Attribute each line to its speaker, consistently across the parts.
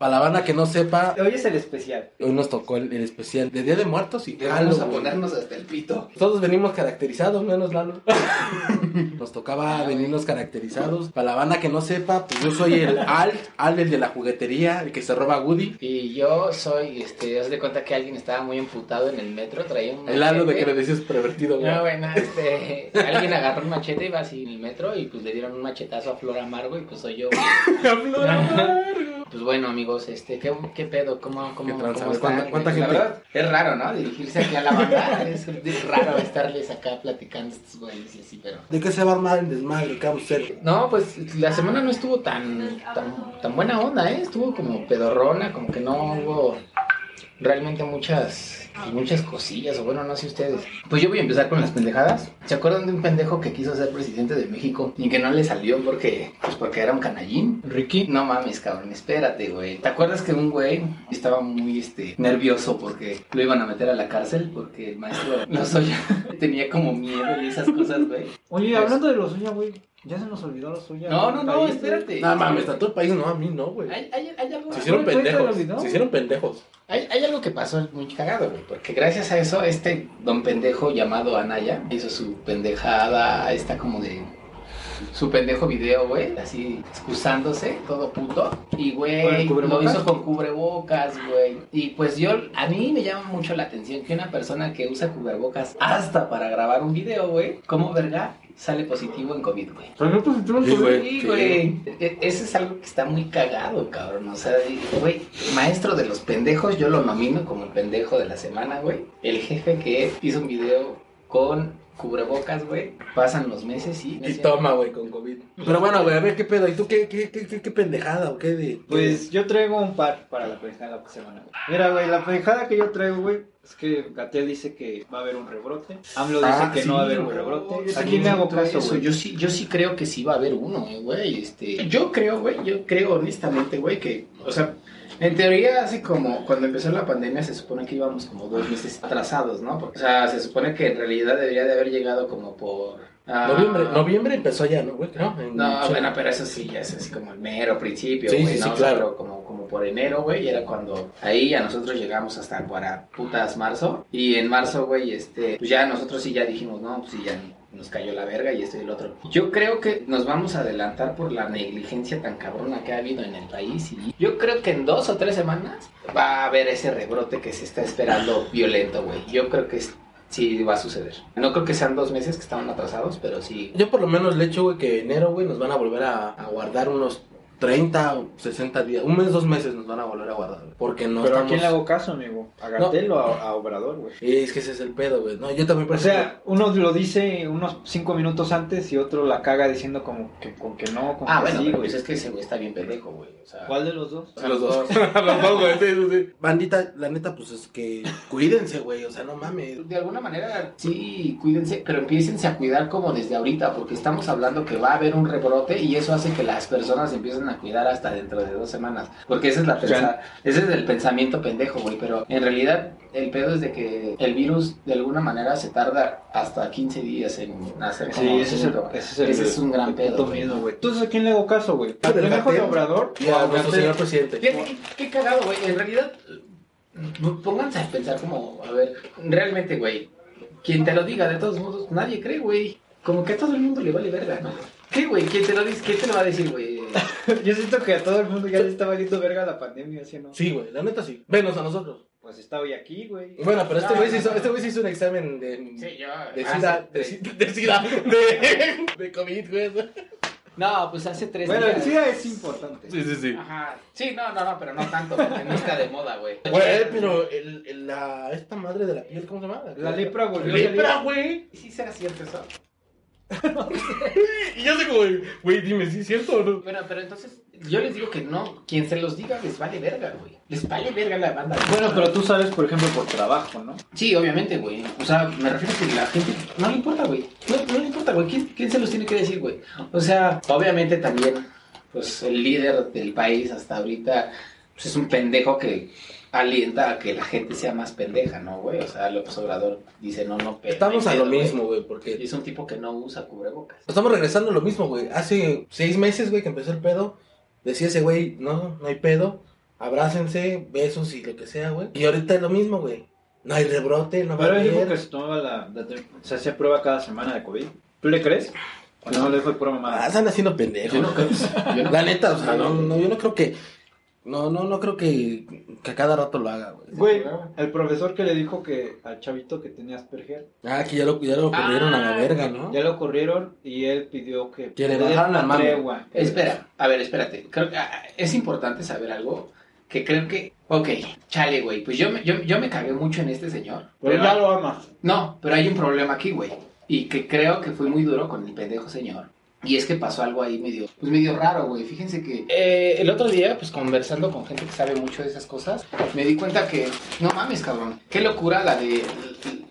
Speaker 1: Para la banda que no sepa,
Speaker 2: Hoy es el especial.
Speaker 1: hoy nos tocó el, el especial de Día de Muertos y
Speaker 3: Te vamos a
Speaker 1: Halloween.
Speaker 3: ponernos hasta el pito.
Speaker 1: Todos venimos caracterizados, menos Lalo. Nos tocaba venirnos caracterizados. Para la banda que no sepa, pues yo soy el Al, Al el de la juguetería, el que se roba a Woody.
Speaker 4: Y yo soy, este, haz de cuenta que alguien estaba muy emputado en el metro, traía un...
Speaker 1: El Lalo de que
Speaker 4: machete.
Speaker 1: le decías pervertido, güey.
Speaker 4: No, bueno, este, alguien agarró un machete, iba así en el metro y pues le dieron un machetazo a Flor Amargo y pues soy yo. Pues bueno, amigos, este, ¿qué, qué pedo? ¿Cómo, cómo,
Speaker 1: ¿Qué tranza?
Speaker 4: cómo
Speaker 1: ¿Cuánta-
Speaker 4: están?
Speaker 1: cuánta
Speaker 4: La
Speaker 1: gente?
Speaker 4: verdad, es raro, ¿no? Dirigirse aquí a la banda. es, es raro estarles acá platicando a estos güeyes y así, pero...
Speaker 1: ¿De qué se va a armar el desmadre que vamos a hacer?
Speaker 4: No, pues la semana no estuvo tan, tan, tan buena onda, ¿eh? Estuvo como pedorrona, como que no hubo realmente muchas pues, muchas cosillas, o bueno, no sé ustedes. Pues yo voy a empezar con las pendejadas. ¿Se acuerdan de un pendejo que quiso ser presidente de México y que no le salió porque, pues porque era un canallín? Ricky. No mames, cabrón, espérate, güey. ¿Te acuerdas que un güey estaba muy este, nervioso porque lo iban a meter a la cárcel porque el maestro Lozoya tenía como miedo y esas cosas, güey?
Speaker 2: Oye,
Speaker 4: Pues-
Speaker 2: hablando de lo suya, güey. Ya se nos olvidó lo suya.
Speaker 4: No, no, no,
Speaker 2: País,
Speaker 4: espérate.
Speaker 1: No mames, a todo el país no, a mí no, güey.
Speaker 4: Hay, hay- hay algo,
Speaker 1: Se hicieron
Speaker 2: güey, cuéntalo,
Speaker 1: pendejos.
Speaker 2: ¿no?
Speaker 1: Se hicieron pendejos.
Speaker 4: hay- hay algo que pasó muy cagado, güey. Porque gracias a eso, este don pendejo llamado Anaya hizo su pendejada, esta como de. Su pendejo video, güey, así excusándose, todo puto. Y,
Speaker 2: ¿Con
Speaker 4: güey,
Speaker 2: el
Speaker 4: lo
Speaker 2: cubrebocas?
Speaker 4: hizo con cubrebocas, güey. Y pues yo, a mí me llama mucho la atención que una persona que usa cubrebocas hasta para grabar un video, güey, como verga, sale positivo en COVID, güey.
Speaker 2: Salió positivo en
Speaker 1: Sí,
Speaker 2: COVID.
Speaker 1: güey.
Speaker 4: Sí, güey. E- Eso es algo que está muy cagado, cabrón. O sea, di- güey, maestro de los pendejos, yo lo nomino como el pendejo de la semana, güey. El jefe que hizo un video con cubrebocas, güey. Pasan los meses y...
Speaker 1: Y toma, güey, con COVID. Pero bueno, güey, a ver qué pedo. ¿Y tú qué, qué, qué, qué, qué pendejada o qué de.?
Speaker 2: Pues yo traigo un par para la pendejada de la semana. güey. Mira, güey, la pendejada que yo traigo, güey, es que Gatel dice que va a haber un rebrote. AMLO dice
Speaker 1: Ah,
Speaker 2: que
Speaker 1: sí,
Speaker 2: no va a haber un
Speaker 1: güey.
Speaker 2: rebrote.
Speaker 1: Yo
Speaker 2: Aquí me hago caso,
Speaker 4: Eso,
Speaker 2: güey.
Speaker 4: yo sí, yo sí creo que sí va a haber uno, eh, güey. Este, yo creo, güey, yo creo honestamente, güey, que, o sea, en teoría hace como cuando empezó la pandemia se supone que íbamos como dos meses atrasados, ¿no? Porque, o sea, se supone que en realidad debería de haber llegado como por ah,
Speaker 1: Noviembre, noviembre empezó ya, ¿no, güey? No, en-
Speaker 4: No,
Speaker 1: sí.
Speaker 4: bueno, pero eso sí, ya es así como el mero principio,
Speaker 1: Sí,
Speaker 4: güey,
Speaker 1: sí,
Speaker 4: ¿no?
Speaker 1: sí,
Speaker 4: O sea,
Speaker 1: claro.
Speaker 4: pero como, como por enero, güey, era cuando ahí a nosotros llegamos hasta para putas marzo. Y en marzo, güey, este, pues ya nosotros sí ya dijimos, no, pues sí ya nos cayó la verga y esto y el otro. Yo creo que nos vamos a adelantar por la negligencia tan cabrona que ha habido en el país. Y yo creo que en dos o tres semanas va a haber ese rebrote que se está esperando violento, güey. Yo creo que es- Sí, va a suceder. No creo que sean dos meses que estaban atrasados, pero sí.
Speaker 1: Yo por lo menos le echo, güey, que enero, güey, nos van a volver a, a guardar unos 30 o 60 días. Un mes, dos meses nos van a volver a guardar, güey. Porque no
Speaker 2: Pero ¿a
Speaker 1: estamos...
Speaker 2: quién le hago caso, amigo? ¿A Gatel o a, a Obrador, güey?
Speaker 1: Es que ese es el pedo, güey. No, yo también... por ejemplo,
Speaker 2: O sea, uno lo dice unos cinco minutos antes y otro la caga diciendo como que con que no, con
Speaker 4: Ah,
Speaker 2: que
Speaker 4: bueno,
Speaker 2: sí,
Speaker 4: pero
Speaker 2: güey.
Speaker 4: pues es que ese güey está bien pendejo, güey. O sea,
Speaker 2: ¿Cuál de los dos?
Speaker 4: o sea, los dos.
Speaker 1: los dos, güey, sí, sí, sí. Bandita, la neta, pues es que cuídense, güey. O sea, no mames.
Speaker 4: De alguna manera, sí, cuídense, pero empiecense a cuidar como desde ahorita, porque estamos hablando que va a haber un rebrote y eso hace que las personas empiecen a cuidar hasta dentro de dos semanas. Porque esa es la pensa- ese es el pensamiento pendejo, güey. Pero en realidad, el pedo es de que el virus de alguna manera se tarda hasta 15 días en hacer como
Speaker 2: Sí, ese es, el,
Speaker 4: síntoma.
Speaker 2: ese es el-
Speaker 4: Ese es un gran
Speaker 2: el
Speaker 4: pedo,
Speaker 2: puto
Speaker 4: güey.
Speaker 2: miedo, güey. Entonces, ¿a quién le hago caso, güey? ¿Al
Speaker 1: Del
Speaker 2: pendejo de
Speaker 1: Gatel.
Speaker 2: Obrador?
Speaker 1: Y a
Speaker 2: al
Speaker 1: nuestro
Speaker 2: Gatel?
Speaker 1: señor presidente.
Speaker 4: Fíjate, qué, qué cagado, güey. En realidad, mm, pónganse a pensar como, a ver, realmente, güey, quien te lo diga, de todos modos, nadie cree, güey. Como que a todo el mundo le vale verga, ¿no? ¿Qué, güey? ¿Quién te lo dice? ¿Quién te lo va a decir, güey?
Speaker 2: Yo siento que a todo el mundo ya le está valiendo verga la pandemia, ¿sí o no?
Speaker 1: Sí, güey, la neta sí. Venos a nosotros.
Speaker 2: Pues está hoy aquí, güey.
Speaker 1: Bueno, pero este güey se hizo, este güey se hizo un examen de...
Speaker 4: yo.
Speaker 1: De
Speaker 2: Ah,
Speaker 1: sida, de, si- de sida, de, de COVID, güey.
Speaker 4: No, pues hace tres
Speaker 2: Bueno, el
Speaker 4: días.
Speaker 2: SIDA es importante.
Speaker 1: Sí, sí, sí.
Speaker 4: Ajá. Sí, no, no, no, pero no tanto, porque no está de moda, güey.
Speaker 2: eh,
Speaker 1: Güey, eh, pero el, el- la, esta madre de la piel, ¿cómo se llama?
Speaker 2: La lepra volvió a salir.
Speaker 1: lepra, güey.
Speaker 4: ¿Y sí será cierto eso?
Speaker 1: Y yo sé como, güey, dime si es cierto o no.
Speaker 4: Bueno, pero entonces, yo les digo que no. Quien se los diga les vale verga, güey. Les vale verga la banda.
Speaker 2: Bueno, pero tú sabes, por ejemplo, por trabajo, ¿no?
Speaker 4: Sí, obviamente, güey. O sea, me refiero a que la gente no le importa, güey. No, no le importa, güey. ¿Quién, quién se los tiene que decir, güey? O sea, obviamente también, pues el líder del país hasta ahorita pues, es un pendejo que alienta a que la gente sea más pendeja, ¿no, güey? O sea, López Obrador dice, no, no, pero.
Speaker 1: Estamos a lo
Speaker 4: güey.
Speaker 1: mismo, güey,
Speaker 4: Y
Speaker 1: porque
Speaker 4: es un tipo que no usa cubrebocas.
Speaker 1: estamos regresando a lo mismo, güey. Hace seis meses, güey, que empezó el pedo. Decía ese güey, no, no hay pedo. abrácense, besos y lo que sea, güey. Y ahorita es lo mismo, güey. No hay rebrote, no va
Speaker 2: Pero
Speaker 1: a
Speaker 2: él dijo que
Speaker 1: haber.
Speaker 2: se tomaba la, la te- se hacía prueba cada semana de COVID. ¿Tú le crees? ¿O no le fue pura
Speaker 1: Ah,
Speaker 2: mamada?
Speaker 1: están haciendo pendejos.
Speaker 3: Yo no creo. yo no-
Speaker 1: La neta, o sea, no, no, yo no creo que. No, no, no creo que, que a cada rato lo haga, güey.
Speaker 2: Güey, el profesor que le dijo que al chavito que tenía Asperger,
Speaker 1: Ah, que ya lo, ya lo corrieron a la verga, ¿no?
Speaker 2: ya lo corrieron y él pidió que,
Speaker 1: Que le
Speaker 2: dieran
Speaker 1: bajaran
Speaker 2: una
Speaker 1: la mano.
Speaker 2: tregua.
Speaker 4: Espera, a ver, espérate. Creo que ah, es importante saber algo que creo que. Ok, chale, güey. Pues yo me, yo, yo me cagué mucho en este señor.
Speaker 1: Pues
Speaker 2: Pero ya lo ama.
Speaker 4: No, pero hay un problema aquí, güey. Y que creo que fui muy duro con el pendejo señor. Y es que pasó algo ahí medio, pues medio raro, güey. Fíjense que eh, el otro día, pues conversando con gente que sabe mucho de esas cosas, me di cuenta que, no mames, cabrón. Qué locura la de,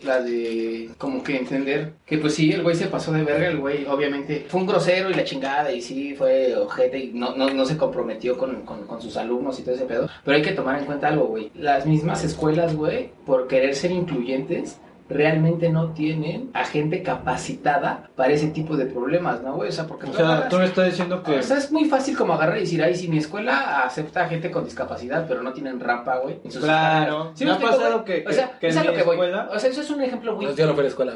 Speaker 4: la de, como que entender que pues sí, el güey se pasó de verga, el güey obviamente fue un grosero y la chingada y sí, fue ojete y no, no, no se comprometió con, con, con sus alumnos y todo ese pedo. Pero hay que tomar en cuenta algo, güey. Las mismas escuelas, güey, por querer ser incluyentes, realmente no tienen a gente capacitada para ese tipo de problemas, ¿no, güey? O sea, porque
Speaker 2: O
Speaker 4: tú
Speaker 2: sea,
Speaker 4: agarras-
Speaker 2: tú me estás diciendo que...
Speaker 4: o sea, es muy fácil como agarrar y decir, ay, si mi escuela acepta gente con discapacidad, pero no tienen rampa, güey. en sus
Speaker 2: Claro.
Speaker 4: escaleras".
Speaker 2: Me
Speaker 4: me
Speaker 2: ha
Speaker 4: explico,
Speaker 2: pasado
Speaker 4: güey?
Speaker 2: que-
Speaker 4: O sea,
Speaker 2: que
Speaker 4: es
Speaker 2: en
Speaker 4: a lo
Speaker 2: mi
Speaker 4: que voy.
Speaker 2: escuela-
Speaker 4: O sea, eso es un ejemplo muy...
Speaker 1: Entonces Pues yo no fui a la escuela,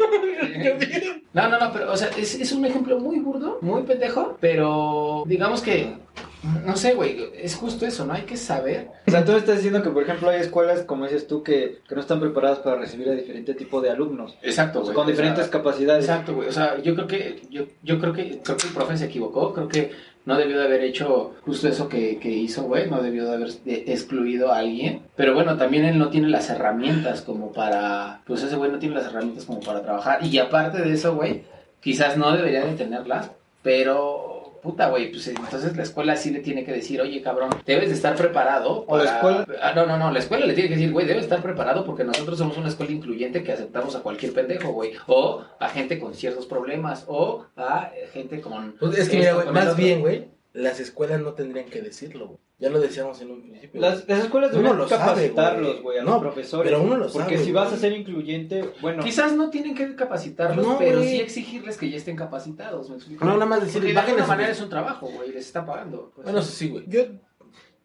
Speaker 1: güey.
Speaker 4: No, no, no, pero, o sea, es, es un ejemplo muy burdo, muy pendejo, pero digamos que, no sé, güey, es justo eso, ¿no? Hay que saber.
Speaker 2: O sea, tú me estás diciendo que, por ejemplo, hay escuelas, como dices tú, que, que no están preparadas para recibir a diferente tipo de alumnos,
Speaker 4: Exacto,
Speaker 1: Pues
Speaker 2: con diferentes capacidades.
Speaker 4: Exacto, güey. O sea, yo creo que, yo, yo creo que, creo que el profe se equivocó, creo que no debió de haber hecho justo eso que, que hizo, güey, no debió de haber de- excluido a alguien. Pero bueno, también él no tiene las herramientas como para, pues ese güey no tiene las herramientas como para trabajar. Y aparte de eso, güey, quizás no debería de tenerlas, pero puta, güey, pues entonces la escuela sí le tiene que decir, oye, cabrón, debes de estar preparado.
Speaker 2: O la escuela-
Speaker 4: Ah, no, no, no, la escuela le tiene que decir, güey, debes estar preparado porque nosotros somos una escuela incluyente que aceptamos a cualquier pendejo, güey. O a gente con ciertos problemas, o a eh, gente con...
Speaker 1: Pues es que
Speaker 4: esto,
Speaker 1: mira, güey,
Speaker 4: con el
Speaker 1: más
Speaker 4: otro.
Speaker 1: bien, güey, las escuelas no tendrían que decirlo, güey. Ya lo decíamos en un principio.
Speaker 2: Las, las escuelas
Speaker 1: Uno
Speaker 2: deberían
Speaker 1: lo sabe,
Speaker 2: capacitarlos,
Speaker 1: güey.
Speaker 2: güey, a
Speaker 1: No,
Speaker 2: los profesores.
Speaker 1: pero uno lo
Speaker 2: porque
Speaker 1: sabe,
Speaker 2: si vas
Speaker 1: güey.
Speaker 2: a ser incluyente, bueno,
Speaker 4: Quizás no tienen que capacitarlos,
Speaker 1: No,
Speaker 4: pero
Speaker 1: güey.
Speaker 4: sí exigirles que ya estén capacitados, ¿me explico?
Speaker 1: No, nada más decir,
Speaker 4: Porque de alguna
Speaker 1: bájenle su-
Speaker 4: manera es un trabajo, güey, les están pagando. pues.
Speaker 1: Bueno, eso sí, güey. Yo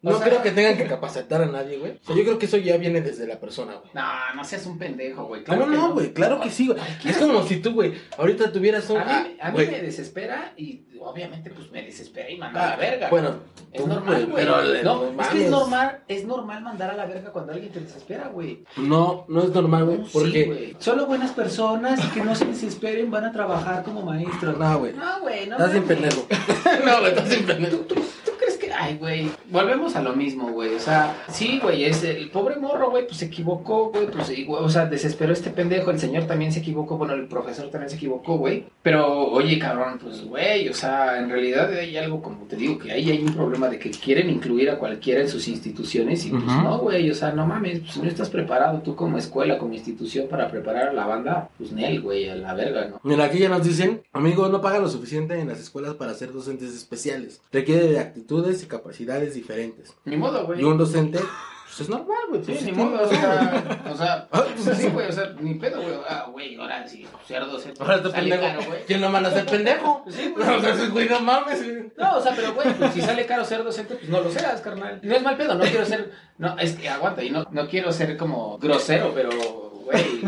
Speaker 1: no
Speaker 4: sea-
Speaker 1: creo que tengan que capacitar a nadie, güey. O sea, yo creo que eso ya viene desde la persona, güey.
Speaker 4: No, no seas un pendejo, güey.
Speaker 1: Claro
Speaker 4: que
Speaker 1: no, güey, claro que sí, güey. Es como si tú, güey, ahorita tuvieras un...
Speaker 4: A mí, a mí
Speaker 1: ah, güey,
Speaker 4: me desespera y obviamente pues me desespera y manda
Speaker 1: ah,
Speaker 4: a la verga.
Speaker 1: Bueno,
Speaker 4: es
Speaker 1: tú,
Speaker 4: normal, güey.
Speaker 1: pero le-
Speaker 4: No, es que
Speaker 1: mames.
Speaker 4: es normal, es normal mandar a la verga cuando alguien te desespera, güey.
Speaker 1: No, no es normal, Ah, güey,
Speaker 4: Sí,
Speaker 1: porque...
Speaker 4: güey. Solo buenas personas y que no se desesperen van a trabajar como maestros.
Speaker 1: no, güey,
Speaker 4: No, güey, no.
Speaker 1: estás bien
Speaker 4: mames.
Speaker 1: pendejo. no, güey, estás bien pendejo.
Speaker 4: ¿Tú crees que.? Ay, güey. Volvemos a lo mismo, güey. O sea, sí, güey. Es el pobre morro, güey. Pues se equivocó, güey. Pues, y, güey, o sea, desesperó este pendejo. El señor también se equivocó. Bueno, el profesor también se equivocó, güey. Pero, oye, cabrón, pues, güey. O sea, en realidad hay algo, como te digo, que ahí hay un problema de que quieren incluir a cualquiera en sus instituciones. Y pues,
Speaker 1: Ujú.
Speaker 4: no, güey. O sea, no mames. Pues no estás preparado tú como escuela, como institución para preparar a la banda. Pues, Nel, güey. A la verga, ¿no?
Speaker 1: Mira, aquí ya nos dicen, amigo, no paga lo suficiente en las escuelas para ser docentes especiales. Requiere de actitudes y capacidades diferentes.
Speaker 4: Ni modo, güey.
Speaker 1: Y un docente, pues es normal, güey.
Speaker 4: Sí,
Speaker 1: pues,
Speaker 4: ni
Speaker 1: tú-
Speaker 4: modo, o sea, o sea,
Speaker 1: Ah,
Speaker 4: o sea, sí, güey, o sea, ni pedo, güey. Ah, güey, ahora sí, cerdo, cerdo.
Speaker 1: Ahora este
Speaker 4: sale
Speaker 1: pendejo,
Speaker 4: caro, güey.
Speaker 1: ¿quién lo manda a ser pendejo?
Speaker 4: Sí, pues. güey.
Speaker 1: No, o sea, ese güey, no mames. güey.
Speaker 4: No, o sea, pero güey, pues, si sale caro ser docente, pues no lo seas, carnal. No es mal pedo, no quiero ser, no, es que aguanta, y no, no quiero ser como grosero, pero, güey,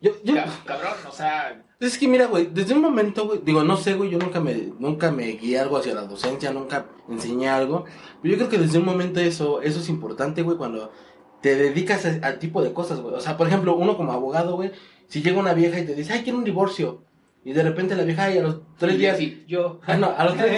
Speaker 1: Yo, yo,
Speaker 4: ca- cabrón, o sea,
Speaker 1: Pues es que mira, güey, desde un momento, güey, digo, no sé, güey, yo nunca me, nunca me guié algo hacia la docencia, nunca enseñé algo. Pero yo creo que desde un momento eso, eso es importante, güey, cuando te dedicas a- al tipo de cosas, güey. O sea, por ejemplo, uno como abogado, güey, si llega una vieja y te dice, ay, quiero un divorcio. Y de repente la vieja, ay, a los tres
Speaker 4: y
Speaker 1: días,
Speaker 4: así, yo,
Speaker 1: Ah, no, a los tres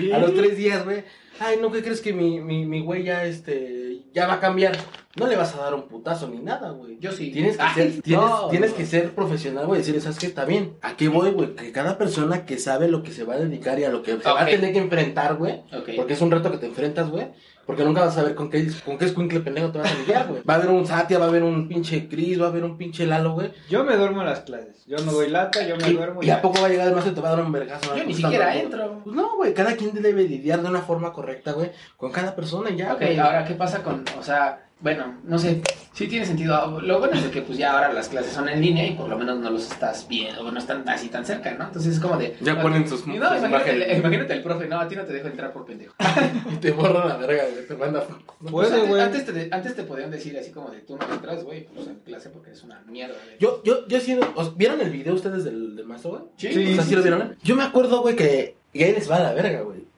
Speaker 1: días. a los tres días, güey. Ay, no, ¿qué crees que mi, mi, mi güey ya, este, ya va a cambiar? No le vas a dar un putazo ni nada, güey.
Speaker 4: yo sí.
Speaker 1: Tienes que
Speaker 4: Ay,
Speaker 1: ser, tienes,
Speaker 4: no,
Speaker 1: tienes
Speaker 4: no.
Speaker 1: que ser profesional, güey, decir, ¿sabes qué? Está bien. ¿A qué voy, güey? Que cada persona que sabe lo que se va a dedicar y a lo que se va a
Speaker 4: Ok.
Speaker 1: tener que enfrentar, güey.
Speaker 4: Ok.
Speaker 1: Porque es un reto que te enfrentas, güey. Porque nunca vas a saber con qué, con qué escuincle pendejo te vas a lidiar, güey. Va a haber un Satia, va a haber un pinche Chris, va a haber un pinche Lalo, güey.
Speaker 2: yo me duermo en las clases. Yo no doy lata, yo me
Speaker 1: Y,
Speaker 2: duermo.
Speaker 1: y a poco va a llegar el maestro y te va a dar un vergazo.
Speaker 4: Yo ni
Speaker 1: Pues,
Speaker 4: siquiera
Speaker 1: tanto-
Speaker 4: entro.
Speaker 1: pues no, güey, cada quien debe lidiar de una forma correcta, güey, con cada persona y ya,
Speaker 4: Ok,
Speaker 1: güey.
Speaker 4: ahora, ¿qué pasa con, o sea, Bueno, no sé, sí tiene sentido. Lo bueno es de que pues ya ahora las clases son en línea y por lo menos no los estás viendo, o no están así tan cerca, ¿no? Entonces es como de...
Speaker 1: Ya
Speaker 4: ok,
Speaker 1: ponen sus-
Speaker 4: No,
Speaker 1: sus
Speaker 4: imagínate, el-
Speaker 1: imágenes.
Speaker 4: imagínate el profe, no, a ti no te dejo entrar por pendejo.
Speaker 1: Y te borra la verga, güey, te manda. ¿no?
Speaker 2: Puede,
Speaker 4: Pues
Speaker 2: güey.
Speaker 4: antes, antes te, antes te podían decir así como de tú no entras, güey, pues en clase porque eres una mierda. güey.
Speaker 1: Yo, yo, yo sí. o sea, ¿Vieron el video ustedes del, del maestro, güey?
Speaker 4: Sí,
Speaker 2: Sí,
Speaker 1: O sea,
Speaker 4: pues,
Speaker 1: ¿sí lo vieron? Yo me acuerdo, güey, que. Y ahí les va la verga, güey.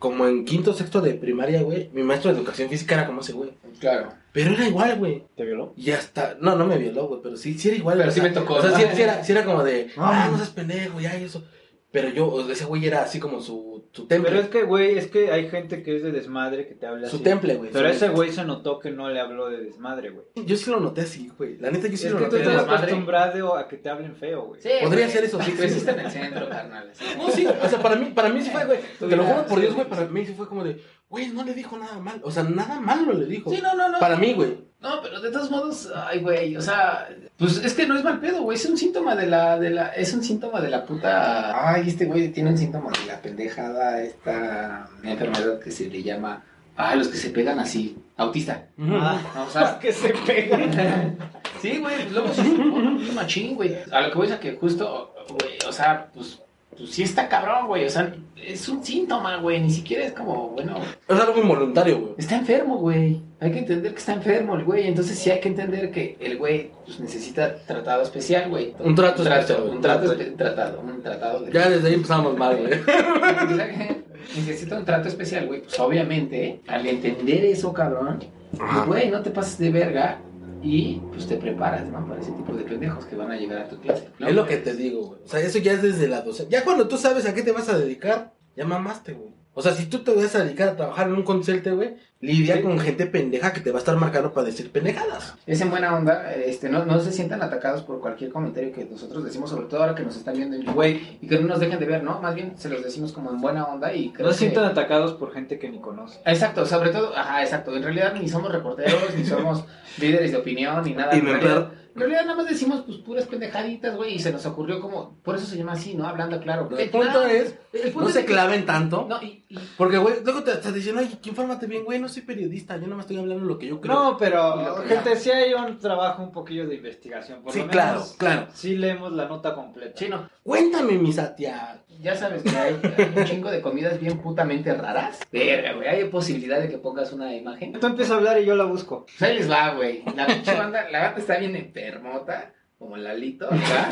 Speaker 1: Como en quinto sexto de primaria, güey. Mi maestro de educación física era como ese, güey.
Speaker 4: pues, Claro.
Speaker 1: Pero era igual, güey.
Speaker 2: ¿Te violó?
Speaker 1: Y hasta, no, no me violó, güey, pero sí, sí era igual.
Speaker 4: Pero
Speaker 1: o
Speaker 4: sí
Speaker 1: sea,
Speaker 4: me tocó,
Speaker 1: O sea,
Speaker 4: ¿no?
Speaker 1: sí, sí era, sí era como de, ah,
Speaker 2: Ah.
Speaker 1: no seas pendejo, ya, y eso. Pero yo, o sea, ese güey era así como su, su
Speaker 2: Pero es
Speaker 1: temple.
Speaker 2: que, güey, es que hay gente que es de desmadre que te habla
Speaker 1: Su
Speaker 2: así.
Speaker 1: temple, güey.
Speaker 2: Pero
Speaker 1: su-
Speaker 2: ese güey se notó que no le habló de desmadre, güey.
Speaker 1: Yo sí lo noté así, güey. La neta, yo
Speaker 2: Es
Speaker 1: sí
Speaker 2: que
Speaker 1: lo
Speaker 2: tú
Speaker 1: noté.
Speaker 4: de
Speaker 2: estás
Speaker 1: así.
Speaker 4: desmadre.
Speaker 2: acostumbrado a que te hablen feo, güey.
Speaker 4: Sí,
Speaker 1: Podría
Speaker 4: güey.
Speaker 1: ser eso, sí,
Speaker 4: Creciste
Speaker 1: creo.
Speaker 4: en el centro, carnal. así.
Speaker 1: No, sí, o sea, para mí, para mí sí fue, güey.
Speaker 4: Tu
Speaker 1: Te lo
Speaker 4: vida,
Speaker 1: juro por
Speaker 4: sí.
Speaker 1: Dios, güey, para mí sí fue como de, güey, no le dijo nada mal. O sea, nada malo le dijo.
Speaker 4: Sí, no, no, no.
Speaker 1: Para mí, güey.
Speaker 4: No, pero de todos modos, ay, güey, o sea, pues es que no es mal pedo, güey, es un síntoma de la, de la, es un síntoma de la puta, ay, este güey tiene un síntoma de la pendejada, esta enfermedad que se le llama, ah, los que se pegan así, autista,
Speaker 2: Ah,
Speaker 4: no, o sea,
Speaker 2: que se pegan.
Speaker 4: sí, güey, pues luego se supone un machín, güey, a lo que voy es a que justo, güey, o sea, pues, pues sí está cabrón, güey, o sea, es un síntoma, güey, ni siquiera es como, bueno,
Speaker 1: Es algo involuntario, güey.
Speaker 4: Está enfermo, güey. Hay que entender que está enfermo el güey. Entonces sí hay que entender que el güey pues, necesita tratado especial, güey.
Speaker 1: Un trato especial, güey.
Speaker 4: Un trato espe- tratado, un tratado de...
Speaker 1: Ya desde ahí empezamos mal, güey.
Speaker 4: O sea que necesita un trato especial, güey. Pues obviamente, ¿eh? al entender eso, cabrón, pues, güey, no te pases de verga y pues te preparas, ¿no? Para ese tipo de pendejos que van a llegar a tu clase. ¿no?
Speaker 1: Es lo que te digo, güey. O sea, eso ya es desde la docencia. Ya cuando tú sabes a qué te vas a dedicar, ya mamaste, güey. O sea, si tú te vas a dedicar a trabajar en un consulte, güey, lidia
Speaker 2: Sí.
Speaker 1: con gente pendeja que te va a estar marcando para decir pendejadas.
Speaker 4: Es en buena onda, este, no, no se sientan atacados por cualquier comentario que nosotros decimos, sobre todo ahora que nos están viendo en YouTube
Speaker 2: Güey,
Speaker 4: y que no nos dejen de ver, ¿no? Más bien se los decimos como en buena onda y creo
Speaker 2: no
Speaker 4: que-
Speaker 2: se sientan atacados por gente que ni conoce.
Speaker 4: Exacto, sobre todo, ajá, exacto. En realidad ni somos reporteros, ni somos líderes de opinión, ni nada.
Speaker 1: Y
Speaker 4: en,
Speaker 1: me
Speaker 4: realidad, en realidad nada más decimos pues puras pendejaditas, güey, y se nos ocurrió como, por eso se llama así, ¿no? Hablando claro.
Speaker 1: El punto es,
Speaker 4: el punto
Speaker 1: no
Speaker 4: es
Speaker 1: se
Speaker 4: que-
Speaker 1: claven tanto.
Speaker 4: No, y, y-
Speaker 1: Porque, güey, luego te estás diciendo, ay, infórmate bien, güey, no soy periodista, yo no me estoy hablando lo que yo creo.
Speaker 2: No,
Speaker 4: Y lo
Speaker 2: pero,
Speaker 4: que
Speaker 2: gente, sí hay un trabajo un poquillo de investigación. Por
Speaker 1: sí,
Speaker 2: lo
Speaker 1: claro,
Speaker 2: menos,
Speaker 1: claro.
Speaker 2: Sí leemos la nota completa.
Speaker 4: sí, no,
Speaker 1: Cuéntame, mi Satia.
Speaker 4: ya sabes que hay, hay un chingo de comidas bien putamente raras. Verga, güey, hay posibilidad de que pongas una imagen.
Speaker 2: Tú empiezas a hablar y yo la busco.
Speaker 4: Pues ahí les va, güey. La pinche banda, la banda está bien enfermota, como Lalito, ¿verdad?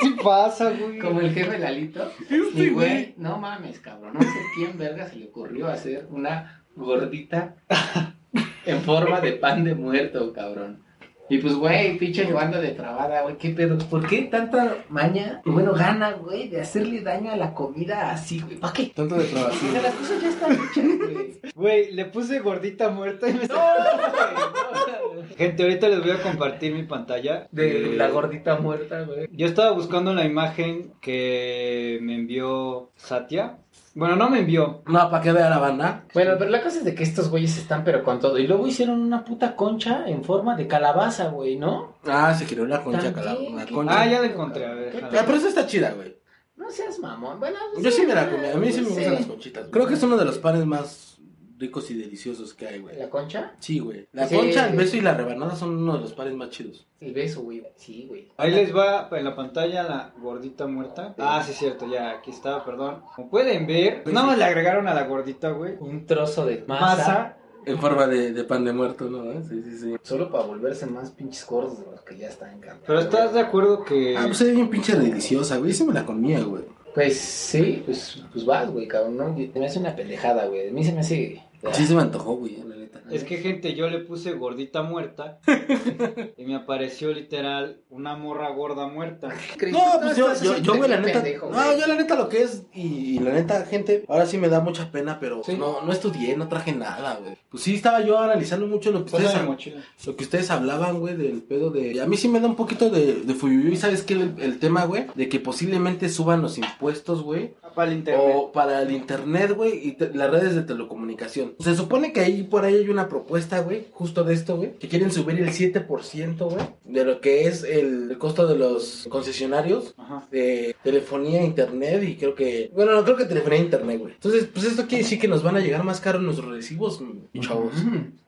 Speaker 2: ¿Qué pasa, güey?
Speaker 4: Como el jefe Lalito. Y Este güey, no mames, cabrón. No sé quién verga se le ocurrió hacer una gordita en forma de pan de muerto, cabrón. Y pues, güey, pinche banda de trabada, güey, qué pedo. ¿Por qué tanta maña, bueno, gana, güey, de hacerle daño a la comida así, güey? ¿Para qué?
Speaker 1: Tanto de
Speaker 4: O sea, las cosas ya están hechas, güey.
Speaker 2: Güey, le puse gordita muerta y me Gente, ahorita les voy a compartir mi pantalla.
Speaker 4: De
Speaker 2: Eh,
Speaker 4: la gordita muerta, güey.
Speaker 2: Yo estaba buscando la imagen que me envió Satya. Bueno, no me envió.
Speaker 1: No, para que vea la banda.
Speaker 4: Bueno, pero la cosa es de que estos güeyes están pero con todo. Y luego hicieron una puta concha en forma de calabaza, güey, ¿no?
Speaker 1: Ah, se creó la concha,
Speaker 4: También,
Speaker 1: cala- la
Speaker 4: qué
Speaker 1: concha.
Speaker 2: Ah, ya la encontré. A ver,
Speaker 1: Ah,
Speaker 2: déjala.
Speaker 1: pero esa está chida, güey.
Speaker 4: No seas mamón. Bueno, pues,
Speaker 1: Yo sí me la comí, a mí sí me
Speaker 4: pues,
Speaker 1: gustan las
Speaker 4: sí.
Speaker 1: conchitas. güey. Creo que es uno de los panes más ricos y deliciosos que hay, güey.
Speaker 4: ¿La concha?
Speaker 1: Sí, güey. La
Speaker 4: Sí.
Speaker 1: concha, el beso y la rebanada son uno de los panes más chidos.
Speaker 4: El beso, güey. Sí, güey.
Speaker 2: Ahí les va en la pantalla la gordita muerta. Ah, sí, es cierto, ya aquí estaba, perdón. Como pueden ver, pues nada más le agregaron a la gordita, güey.
Speaker 4: Un trozo de masa.
Speaker 2: Masa.
Speaker 1: En forma de, de pan de muerto, ¿no? ¿Eh? Sí, sí, sí.
Speaker 4: Solo para volverse más pinches gordos de los que ya están, cabrón.
Speaker 2: Pero estás de acuerdo que.
Speaker 1: Ah, pues es bien pinche deliciosa, güey. Sí me la comía, güey.
Speaker 4: Pues sí, pues, pues vas, güey, cabrón. ¿no? Me hace una pendejada, güey. A mí se me hace...
Speaker 1: Sí se me antojó, güey, eh, la neta.
Speaker 2: Es que, gente, yo le puse gordita muerta y me apareció literal una morra gorda muerta.
Speaker 1: No, pues yo, yo, yo, güey, la neta.
Speaker 4: Pendejo,
Speaker 1: no,
Speaker 4: güey.
Speaker 1: yo la neta lo que es. Y, y la neta, gente, ahora sí me da mucha pena, pero
Speaker 2: Sí.
Speaker 1: no, no estudié, no traje nada, güey. Pues sí, estaba yo analizando mucho lo que ustedes
Speaker 2: Ponla en
Speaker 1: han-
Speaker 2: mi mochila.
Speaker 1: Lo que ustedes hablaban, güey, del pedo de... A mí sí me da un poquito de, de fuyuyuy, ¿sabes qué? El, el tema, güey, de que posiblemente suban los impuestos, güey.
Speaker 2: Para el internet.
Speaker 1: o para el internet, güey, y te- las redes de telecomunicación. Se supone que ahí por ahí hay una propuesta, güey, justo de esto, güey, que quieren subir el 7%, güey, de lo que es el costo de los concesionarios
Speaker 2: Ajá.
Speaker 1: de telefonía, internet y creo que... Bueno, no creo que telefonía, e internet, güey. Entonces, pues esto quiere decir que nos van a llegar más caros nuestros recibos, mm, chavos.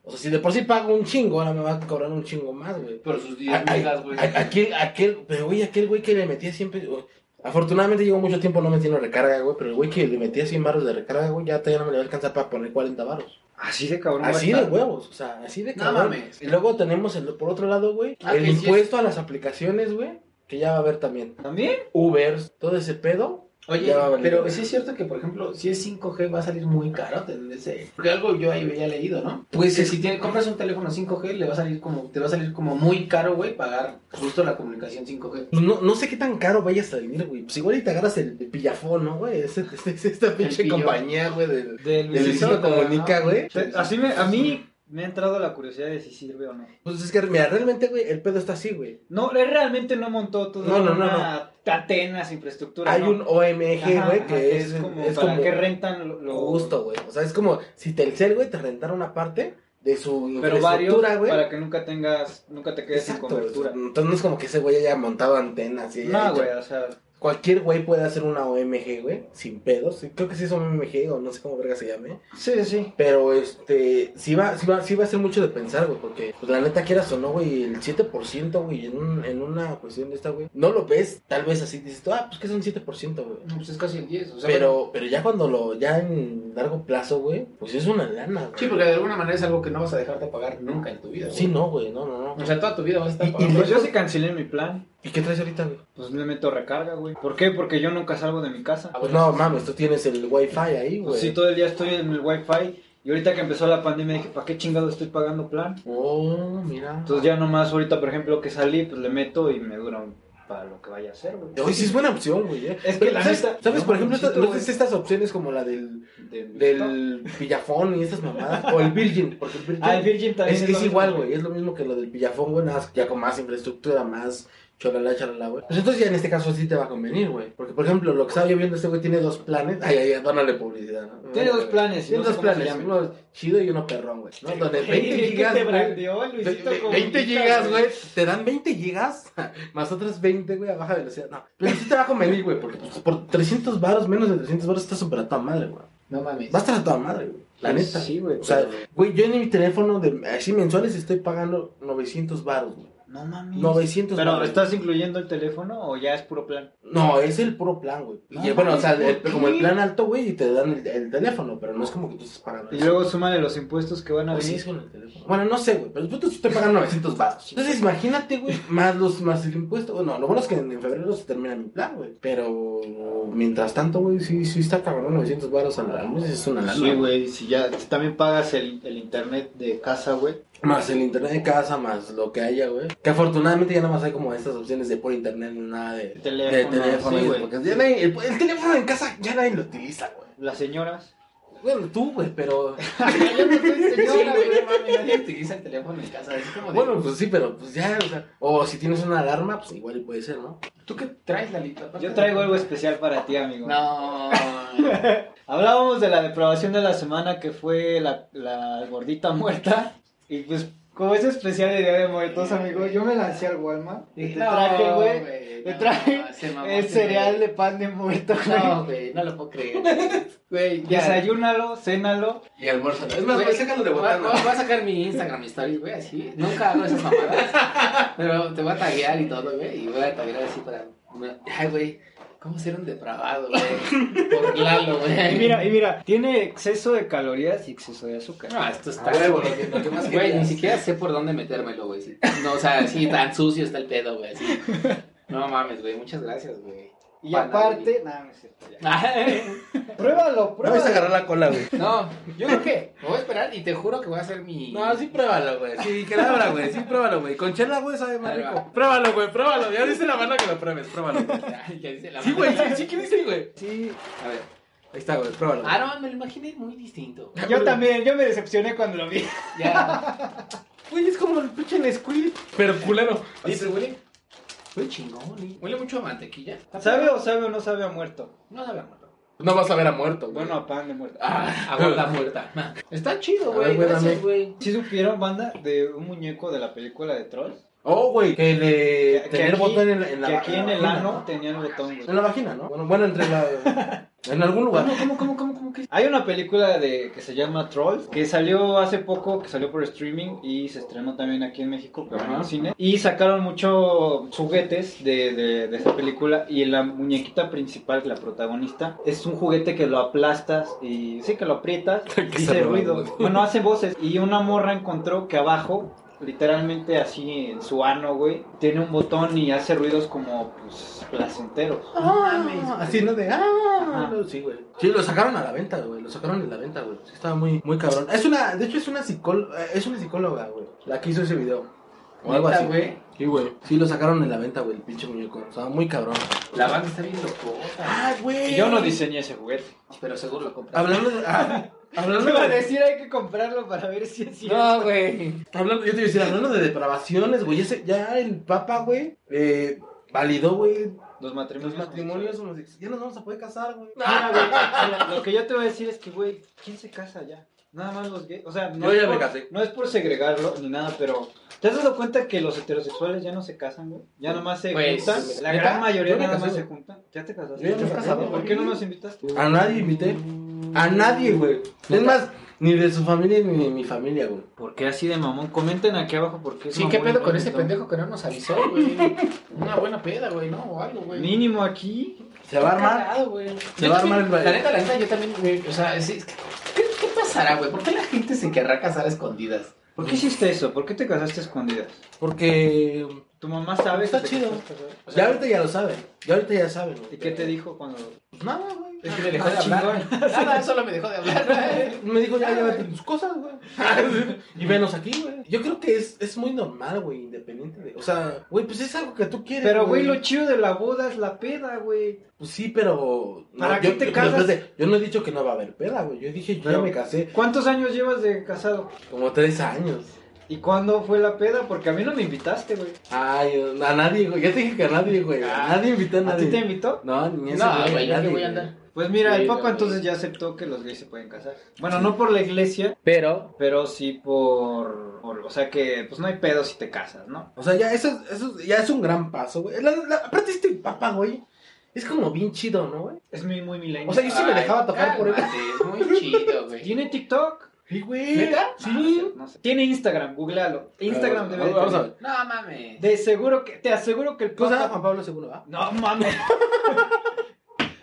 Speaker 1: O sea, si de por sí pago un chingo, ahora me va a cobrar un chingo más, güey.
Speaker 3: Pero sus 10
Speaker 1: A-
Speaker 3: megas, güey.
Speaker 1: a- a- Aquel, aquel, pero güey, aquel güey que le metía siempre... o- Afortunadamente llevo mucho tiempo no metiendo recarga, güey, pero el güey que le metía 100 baros de recarga, güey, ya todavía no me le va a alcanzar para poner 40 baros.
Speaker 2: Así de cabrón.
Speaker 1: Así
Speaker 2: va a
Speaker 1: de
Speaker 2: estar.
Speaker 1: huevos, o sea, así de
Speaker 3: No
Speaker 1: cabrón.
Speaker 3: mames.
Speaker 1: Y luego tenemos, el, por otro lado, güey,
Speaker 3: Ah,
Speaker 1: el
Speaker 3: que sí es-
Speaker 1: impuesto a las aplicaciones, güey, que ya va a haber también.
Speaker 2: ¿También?
Speaker 1: Ubers, todo ese pedo,
Speaker 4: Oye,
Speaker 1: Ya va a valer.
Speaker 4: pero sí es cierto que, por ejemplo, si es 5G va a salir muy caro tener ese... Porque algo yo ahí había leído, ¿no?
Speaker 1: Pues
Speaker 4: Que
Speaker 1: es
Speaker 4: si tiene- compras un teléfono 5G, le va a salir como, te va a salir como muy caro, güey, pagar justo la comunicación 5G.
Speaker 1: Pues No, no sé qué tan caro vayas a venir, güey. Pues igual y te agarras el, el pillafón, ¿no, güey? Es, es- es esta pinche
Speaker 4: pillo.
Speaker 1: compañía, güey, del,
Speaker 2: Del
Speaker 1: del Luisito Comunica, güey.
Speaker 2: Te- Así me, a mí me ha entrado la curiosidad de si sirve o no.
Speaker 1: Pues es que, mira, realmente, güey, el pedo está así, güey.
Speaker 2: No, él realmente no montó todo
Speaker 1: No, no, no,
Speaker 2: una atenas infraestructura.
Speaker 1: Hay
Speaker 2: ¿no?
Speaker 1: un OMG,
Speaker 2: Ajá,
Speaker 1: güey,
Speaker 2: ajá,
Speaker 1: que es,
Speaker 2: como
Speaker 1: es
Speaker 2: para
Speaker 1: como
Speaker 2: que rentan lo, lo-
Speaker 1: justo, güey. O sea, es como si Telcel, güey, te rentara una parte de su
Speaker 2: pero varios
Speaker 1: infraestructura, güey.
Speaker 2: para que nunca tengas, nunca te quedes
Speaker 1: Exacto,
Speaker 2: sin cobertura.
Speaker 1: güey. Entonces no es como que ese güey haya montado antenas y haya
Speaker 2: No,
Speaker 1: hecho-
Speaker 2: güey, o sea,
Speaker 1: Cualquier güey puede hacer una OMG, güey, sin pedos. Creo que sí es OMG o no sé cómo verga se llame.
Speaker 2: sí, sí, sí.
Speaker 1: Pero este, sí va, sí va, sí va a ser mucho de pensar, güey, porque pues, la neta quieras o no, güey, el 7%, güey, en, un- en una cuestión de esta, güey, no lo ves, tal vez así dices, tú, ah, pues que es un 7%, güey.
Speaker 4: No, pues es casi el 10, o sea...
Speaker 1: Pero, pero ya cuando lo, ya en largo plazo, güey, pues es una lana, güey.
Speaker 4: Sí, porque de alguna manera es algo que no vas a dejar de pagar nunca en tu vida. güey.
Speaker 1: Sí, no, güey, no, no,
Speaker 4: O
Speaker 1: no.
Speaker 4: sea, toda tu vida vas a estar
Speaker 1: Y- y
Speaker 4: pagando.
Speaker 2: Pues yo sí cancelé mi plan.
Speaker 1: ¿Y qué traes ahorita, güey?
Speaker 2: Pues le meto recarga, güey. ¿Por qué? Porque yo nunca salgo de mi casa.
Speaker 1: Pues no, mames, tú tienes el wifi ahí, güey.
Speaker 2: Pues Ah, sí, todo el día estoy en el wifi. Y ahorita que empezó la pandemia dije, ¿para qué chingado estoy pagando plan?
Speaker 1: Oh, mira.
Speaker 2: Entonces ya nomás ahorita, por ejemplo, que salí, pues le meto y me dura un- para lo que vaya a hacer, güey.
Speaker 1: Hoy sí es buena opción, güey. eh.
Speaker 2: Es que la
Speaker 1: ¿Sabes,
Speaker 2: neta-
Speaker 1: ¿sabes
Speaker 2: no,
Speaker 1: por ejemplo,
Speaker 2: Luisito,
Speaker 1: estas, ¿no
Speaker 2: güey.
Speaker 1: ves estas opciones como la del
Speaker 2: Del...
Speaker 1: del pillafón y esas mamadas. O el Virgin, porque el Virgin,
Speaker 2: Ah, el Virgin también
Speaker 1: es,
Speaker 2: es
Speaker 1: es
Speaker 2: lo mismo,
Speaker 1: igual,
Speaker 2: güey.
Speaker 1: güey. Es lo mismo que lo del pillafón, güey. Nada más, ya con más infraestructura, más cholala, chalala, güey. Pues entonces ya en este caso sí te va a convenir, güey. Porque, por ejemplo, lo que estaba yo viendo, este güey tiene dos planes. Ay, ay, ay, dónale publicidad, ¿no?
Speaker 2: Tiene dos planes,
Speaker 1: Tiene
Speaker 2: no sé
Speaker 1: dos
Speaker 2: cómo se
Speaker 1: planes.
Speaker 2: llame.
Speaker 1: Uno chido y uno perrón, güey. ¿no? Donde
Speaker 2: Güey,
Speaker 1: 20
Speaker 2: es que
Speaker 1: gigas,
Speaker 2: te
Speaker 1: güey.
Speaker 2: brandeó el
Speaker 1: Ve-
Speaker 2: Luisito
Speaker 1: ve-
Speaker 2: Comunica,
Speaker 1: 20 gigas, güey. Te dan 20 gigas más otras 20, güey, a baja velocidad. No, pero sí te va a convenir, güey, porque pues, por 300 baros, menos de 300 baros, estás súper a toda madre, güey.
Speaker 4: No mames.
Speaker 1: Va a estar a toda madre, güey. La
Speaker 2: Pues
Speaker 1: neta.
Speaker 2: Sí, güey.
Speaker 1: O sea,
Speaker 2: pero-
Speaker 1: güey, yo en mi teléfono de así mensuales estoy pagando 900 baros, güey.
Speaker 2: no mames.
Speaker 1: 900
Speaker 2: Ah, Pero
Speaker 1: baros.
Speaker 2: ¿estás incluyendo el teléfono o ya es puro plan?
Speaker 1: No, es el puro plan, güey.
Speaker 2: No,
Speaker 1: Y, bueno, o sea,
Speaker 2: ¿por
Speaker 1: el-
Speaker 2: qué?
Speaker 1: como el plan alto, güey, y te dan el, el teléfono, pero no es como que tú estés pagando.
Speaker 2: Y
Speaker 1: eso.
Speaker 2: luego súmale los impuestos que van a
Speaker 1: Pues sí, es
Speaker 2: venir.
Speaker 1: con el teléfono. Bueno, no sé, güey, pero yo te estoy pagando 900 baros. Entonces, imagínate, güey, más los más el impuesto. Bueno, lo bueno es que en, en febrero se termina mi plan, güey. Pero mientras tanto, güey, sí, sí está cabrón 900 baros a la mes, es una lana.
Speaker 5: Sí, güey, si ya si también pagas el, el internet de casa, güey.
Speaker 1: Más el internet de casa, más lo que haya, güey. Que afortunadamente ya nada más hay como estas opciones de por internet, nada de de teléfono.
Speaker 2: Teléfono,
Speaker 5: sí,
Speaker 1: y-
Speaker 5: güey.
Speaker 1: porque ya nadie- el, el teléfono en casa ya nadie lo utiliza, güey.
Speaker 2: Las señoras.
Speaker 1: Bueno, tú, güey, pero...
Speaker 4: Yo no soy señora, güey, no mames, nadie utiliza el teléfono en casa. Es como de,
Speaker 1: bueno, pues sí, pero pues ya, o sea... O si tienes una alarma, pues igual y puede ser, ¿no?
Speaker 4: ¿tú qué traes, Lalita?
Speaker 2: Yo traigo algo especial para ti, amigo.
Speaker 4: No.
Speaker 2: Hablábamos de la depravación de la semana que fue la, la gordita muerta. Y pues, como es especial el Día de Muertos, amigo, yo me lancé al Walmart y te traje, güey, te traje el cereal de pan de muerto, güey.
Speaker 4: No, güey, no lo puedo creer. Güey, ya.
Speaker 2: Desayúnalo, cénalo.
Speaker 4: Y almuerzo. ah,
Speaker 1: Es más, güey, sácalo de botana.
Speaker 4: Voy a sacar mi Instagram story, güey, así. Nunca hago esas mamadas. Pero te voy a taguear y todo, güey. Y voy a taguear así para. Ay, güey. ¿Cómo ser un depravado, güey? Por Lalo, güey.
Speaker 2: Y mira, y mira, tiene exceso de calorías y exceso de azúcar.
Speaker 4: No, esto está.
Speaker 1: A huevo, Ah, lo que- lo que más
Speaker 4: Güey, ni
Speaker 1: querías.
Speaker 4: siquiera sé por dónde metérmelo, güey. sí. No, o sea, sí, tan sucio está el pedo, güey. sí. No mames, güey, muchas gracias, güey.
Speaker 2: Y aparte, nada, no es cierto, ya. Pruébalo,
Speaker 1: No vas a
Speaker 2: pruébalo.
Speaker 1: agarrar la cola, güey.
Speaker 4: No, yo creo que me voy a esperar y te juro que voy a hacer mi.
Speaker 1: No, sí pruébalo, güey. Sí, que la abra, güey. Sí, pruébalo, güey. Con chela, güey, sabe más
Speaker 4: Ahí va.
Speaker 1: rico. Pruébalo, güey, pruébalo. Ya dice la banda que lo pruebes, pruébalo, güey.
Speaker 4: Ay, ya hice la
Speaker 1: Sí, güey, sí, sí, ¿qué dice, güey?
Speaker 2: Sí,
Speaker 4: A ver.
Speaker 1: Ahí está, güey, pruébalo.
Speaker 4: Ah, no, me lo imaginé muy distinto. güey.
Speaker 2: yo también, yo me decepcioné cuando lo vi.
Speaker 4: Ya.
Speaker 1: Güey, es como el pinche Nesquik, pero culero.
Speaker 4: Dice, huele. ¿eh? Huele chingón, güey. Huele mucho a mantequilla.
Speaker 2: ¿Sabe o sabe o no sabe a muerto?
Speaker 4: No sabe a muerto.
Speaker 1: No vas a ver a muerto, güey.
Speaker 2: Bueno, a pan de muerto.
Speaker 1: Ah,
Speaker 4: A gorda muerta. Está
Speaker 1: A
Speaker 4: chido,
Speaker 1: ver,
Speaker 4: güey.
Speaker 1: güey,
Speaker 4: Gracias,
Speaker 1: dame.
Speaker 4: güey.
Speaker 2: ¿Sí supieron, banda, de un muñeco de la película de Trolls?
Speaker 1: Oh, güey, que de
Speaker 2: Que- que
Speaker 1: tener
Speaker 2: aquí-
Speaker 1: botón en la, en la
Speaker 2: Que aquí en el
Speaker 1: vagina.
Speaker 2: ano tenían botón, güey.
Speaker 1: En la vagina, ¿no? Bueno, bueno entre la. en algún lugar.
Speaker 2: ¿Cómo, cómo, cómo, cómo que? Hay una película de que se llama Trolls, que salió hace poco, que salió por streaming y se estrenó también aquí en México, pero en
Speaker 1: Ajá.
Speaker 2: el cine. Y sacaron muchos juguetes de, de, de esa película y la muñequita principal, la protagonista, es un juguete que lo aplastas y sí, que lo aprietas y
Speaker 1: se
Speaker 2: hace ruido.
Speaker 1: mueve.
Speaker 2: Bueno, hace voces. Y una morra encontró que abajo... Literalmente así en su ano, güey. Tiene un botón y hace ruidos como, pues, placenteros.
Speaker 1: Ah, así, ¿no? De. Ah,
Speaker 2: Ajá.
Speaker 1: sí, güey. Sí, lo sacaron a la venta, güey. Lo sacaron en la venta, güey. Sí, estaba muy, muy cabrón. Es una, de hecho, es una, psicóloga, es una psicóloga, güey. La que hizo ese video. O algo
Speaker 4: Neta,
Speaker 1: así.
Speaker 4: güey.
Speaker 1: Sí, güey. Sí, lo sacaron en la venta, güey, el pinche muñeco. Estaba muy cabrón.
Speaker 4: La banda está bien locota.
Speaker 1: Ah, güey.
Speaker 2: Yo no diseñé ese juguete.
Speaker 4: Pero seguro lo compras.
Speaker 1: Hablando de. ah, hablando
Speaker 2: Te iba a
Speaker 1: de.
Speaker 2: decir, hay que comprarlo para ver si es cierto.
Speaker 4: No, güey.
Speaker 1: Hablando, yo te iba a decir, hablando de depravaciones, güey, ese- ya el Papa, güey, eh, validó, güey,
Speaker 2: Los
Speaker 1: los
Speaker 2: matrimonios.
Speaker 1: matrimonios homosexuales. Ya nos vamos a poder casar, güey.
Speaker 2: Mira, Ah, güey, mira, lo que yo te voy a decir es que, güey, ¿quién se casa ya? Nada más los gays. O sea, no,
Speaker 1: Yo
Speaker 2: es
Speaker 1: ya
Speaker 2: por,
Speaker 1: me casé.
Speaker 2: no es por segregarlo ni nada, pero. ¿Te has dado cuenta que los heterosexuales ya no se casan, güey? Ya nomás se
Speaker 4: Pues,
Speaker 2: juntan. La
Speaker 4: ¿neta?
Speaker 2: gran mayoría
Speaker 1: Yo me
Speaker 2: nada más
Speaker 1: casé,
Speaker 2: se juntan. ¿Ya te casaste?
Speaker 1: Yo ya me he casado,
Speaker 2: ¿Por
Speaker 1: güey.
Speaker 2: qué Ah, no nos invitaste?
Speaker 1: A nadie invité. A nadie, güey. Es más, ni de su familia ni de mi familia, güey.
Speaker 2: ¿Por qué así de mamón? Comenten aquí abajo por qué.
Speaker 4: Sí, ¿qué pedo con ese pendejo que no nos avisó, güey? Una buena peda, güey, ¿no? O algo, güey.
Speaker 2: Mínimo aquí.
Speaker 1: Se va a armar.
Speaker 4: Cagado, güey.
Speaker 1: Se va a armar el baile.
Speaker 4: La neta, la neta, yo también, güey, o sea, sí, es que- ¿qué, qué pasará, güey? ¿Por qué la gente se querrá casar a escondidas?
Speaker 2: ¿Por qué hiciste eso? ¿Por qué te casaste a escondidas?
Speaker 1: Porque.
Speaker 2: Tu mamá sabe
Speaker 1: Está
Speaker 2: que te
Speaker 1: chido.
Speaker 2: casaste, ¿sabes? O
Speaker 1: ya
Speaker 2: sea,
Speaker 1: ahorita ya lo saben. Ya ahorita ya saben, güey.
Speaker 2: ¿Y qué te dijo cuando.? Ah,
Speaker 1: Pues nada, güey. Eh,
Speaker 4: Es que me dejó de hablar. Nada, solo me dejó de hablar, güey.
Speaker 1: Me dijo, ya llévate tus cosas, güey. y venos aquí, güey. Yo creo que es, es muy normal, güey, independiente de. O sea, güey, pues es algo que tú quieres.
Speaker 2: Pero, güey, lo chido de la boda es la peda, güey.
Speaker 1: Pues sí, pero. no,
Speaker 2: ¿Para
Speaker 1: yo,
Speaker 2: qué te
Speaker 1: yo-
Speaker 2: casas?
Speaker 1: espérate, yo no he dicho que no va a haber peda, güey. Yo dije, yo
Speaker 2: Pero-
Speaker 1: ya me casé
Speaker 2: ¿Cuántos años llevas de casado?
Speaker 1: como tres años.
Speaker 2: ¿Y cuándo fue la peda? Porque a mí no me invitaste, güey.
Speaker 1: Ay, a nadie, güey. Ya te dije que a nadie, güey. A nadie invité a
Speaker 2: ¿A
Speaker 1: nadie.
Speaker 2: ti te invitó?
Speaker 1: No, ni ese
Speaker 4: No, güey, yo
Speaker 1: nadie,
Speaker 4: que voy a
Speaker 1: güey.
Speaker 4: andar.
Speaker 2: Pues mira,
Speaker 4: Sí,
Speaker 2: el
Speaker 4: no,
Speaker 2: Papa entonces
Speaker 4: güey.
Speaker 2: ya aceptó que los gays se pueden casar. Bueno, no por la iglesia,
Speaker 4: Pero,
Speaker 2: pero sí por, por- O sea que, pues no hay pedo si te casas, ¿no?
Speaker 1: O sea, ya eso, es- eso es- ya es un gran paso, güey. La- la- aparte este papá, güey, es como bien chido, ¿no, güey?
Speaker 2: Es muy, muy milenio.
Speaker 1: O sea, yo sí me
Speaker 4: Ay,
Speaker 1: dejaba tocar por él.
Speaker 4: cálmate, Es muy chido, güey.
Speaker 2: Ah, ¿Tiene TikTok? Ah,
Speaker 1: Sí, güey.
Speaker 4: ¿Neta?
Speaker 1: Ah, Sí.
Speaker 2: No sé. Tiene Instagram, googlealo. Instagram
Speaker 1: de
Speaker 2: debe de
Speaker 1: Vamos a
Speaker 2: tener.
Speaker 1: ver. Pues, ah,
Speaker 4: No mames.
Speaker 2: De seguro que. Te aseguro que el
Speaker 1: ¿Cómo se llama Juan
Speaker 2: Papa.
Speaker 1: Pablo II, va?
Speaker 2: No mames.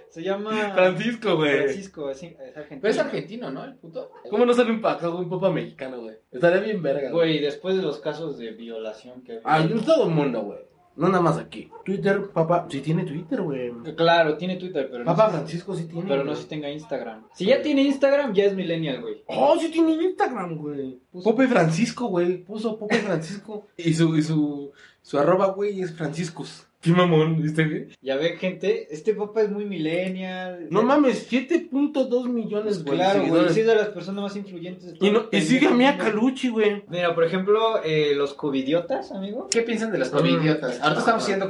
Speaker 2: Se llama.
Speaker 1: Francisco,
Speaker 2: Francisco, es, es argentino.
Speaker 4: Pero es argentino, ¿no? El puto.
Speaker 1: ¿Cómo no sale un papá, un papá mexicano, güey? Estaría bien verga, güey.
Speaker 2: Güey, después de los casos de violación que ha
Speaker 1: Ay,
Speaker 2: habido.
Speaker 1: en todo el Ah, mundo, güey. No nada más aquí. Twitter, papá. Sí tiene Twitter, güey.
Speaker 2: Claro, tiene Twitter, pero
Speaker 1: Papá
Speaker 2: no, sé-
Speaker 1: Francisco sí tiene.
Speaker 2: pero no
Speaker 1: güey.
Speaker 2: si tenga Instagram. Si ya tiene Instagram, ya es millennial, güey.
Speaker 1: Oh, sí tiene Instagram, güey.
Speaker 2: Puso-
Speaker 1: Pope Francisco, güey. Puso Pope Francisco. y su, y su, su arroba, güey, es Franciscus. Qué mamón, ¿viste, güey?
Speaker 2: Ya ve, gente, este papá es muy millennial.
Speaker 1: No
Speaker 2: Eh,
Speaker 1: mames, 7.2 millones,
Speaker 2: pues
Speaker 1: güey. de
Speaker 2: claro, güey.
Speaker 1: seguidores.
Speaker 2: Sí es de las personas más influyentes. de todo
Speaker 1: Y, no,
Speaker 2: el
Speaker 1: y sigue a
Speaker 2: mundo.
Speaker 1: Mia Caluchi, güey.
Speaker 2: Mira, por ejemplo, eh, los covidiotas, amigo.
Speaker 4: ¿Qué piensan de los
Speaker 1: Mm,
Speaker 4: covidiotas? Ahorita estamos siendo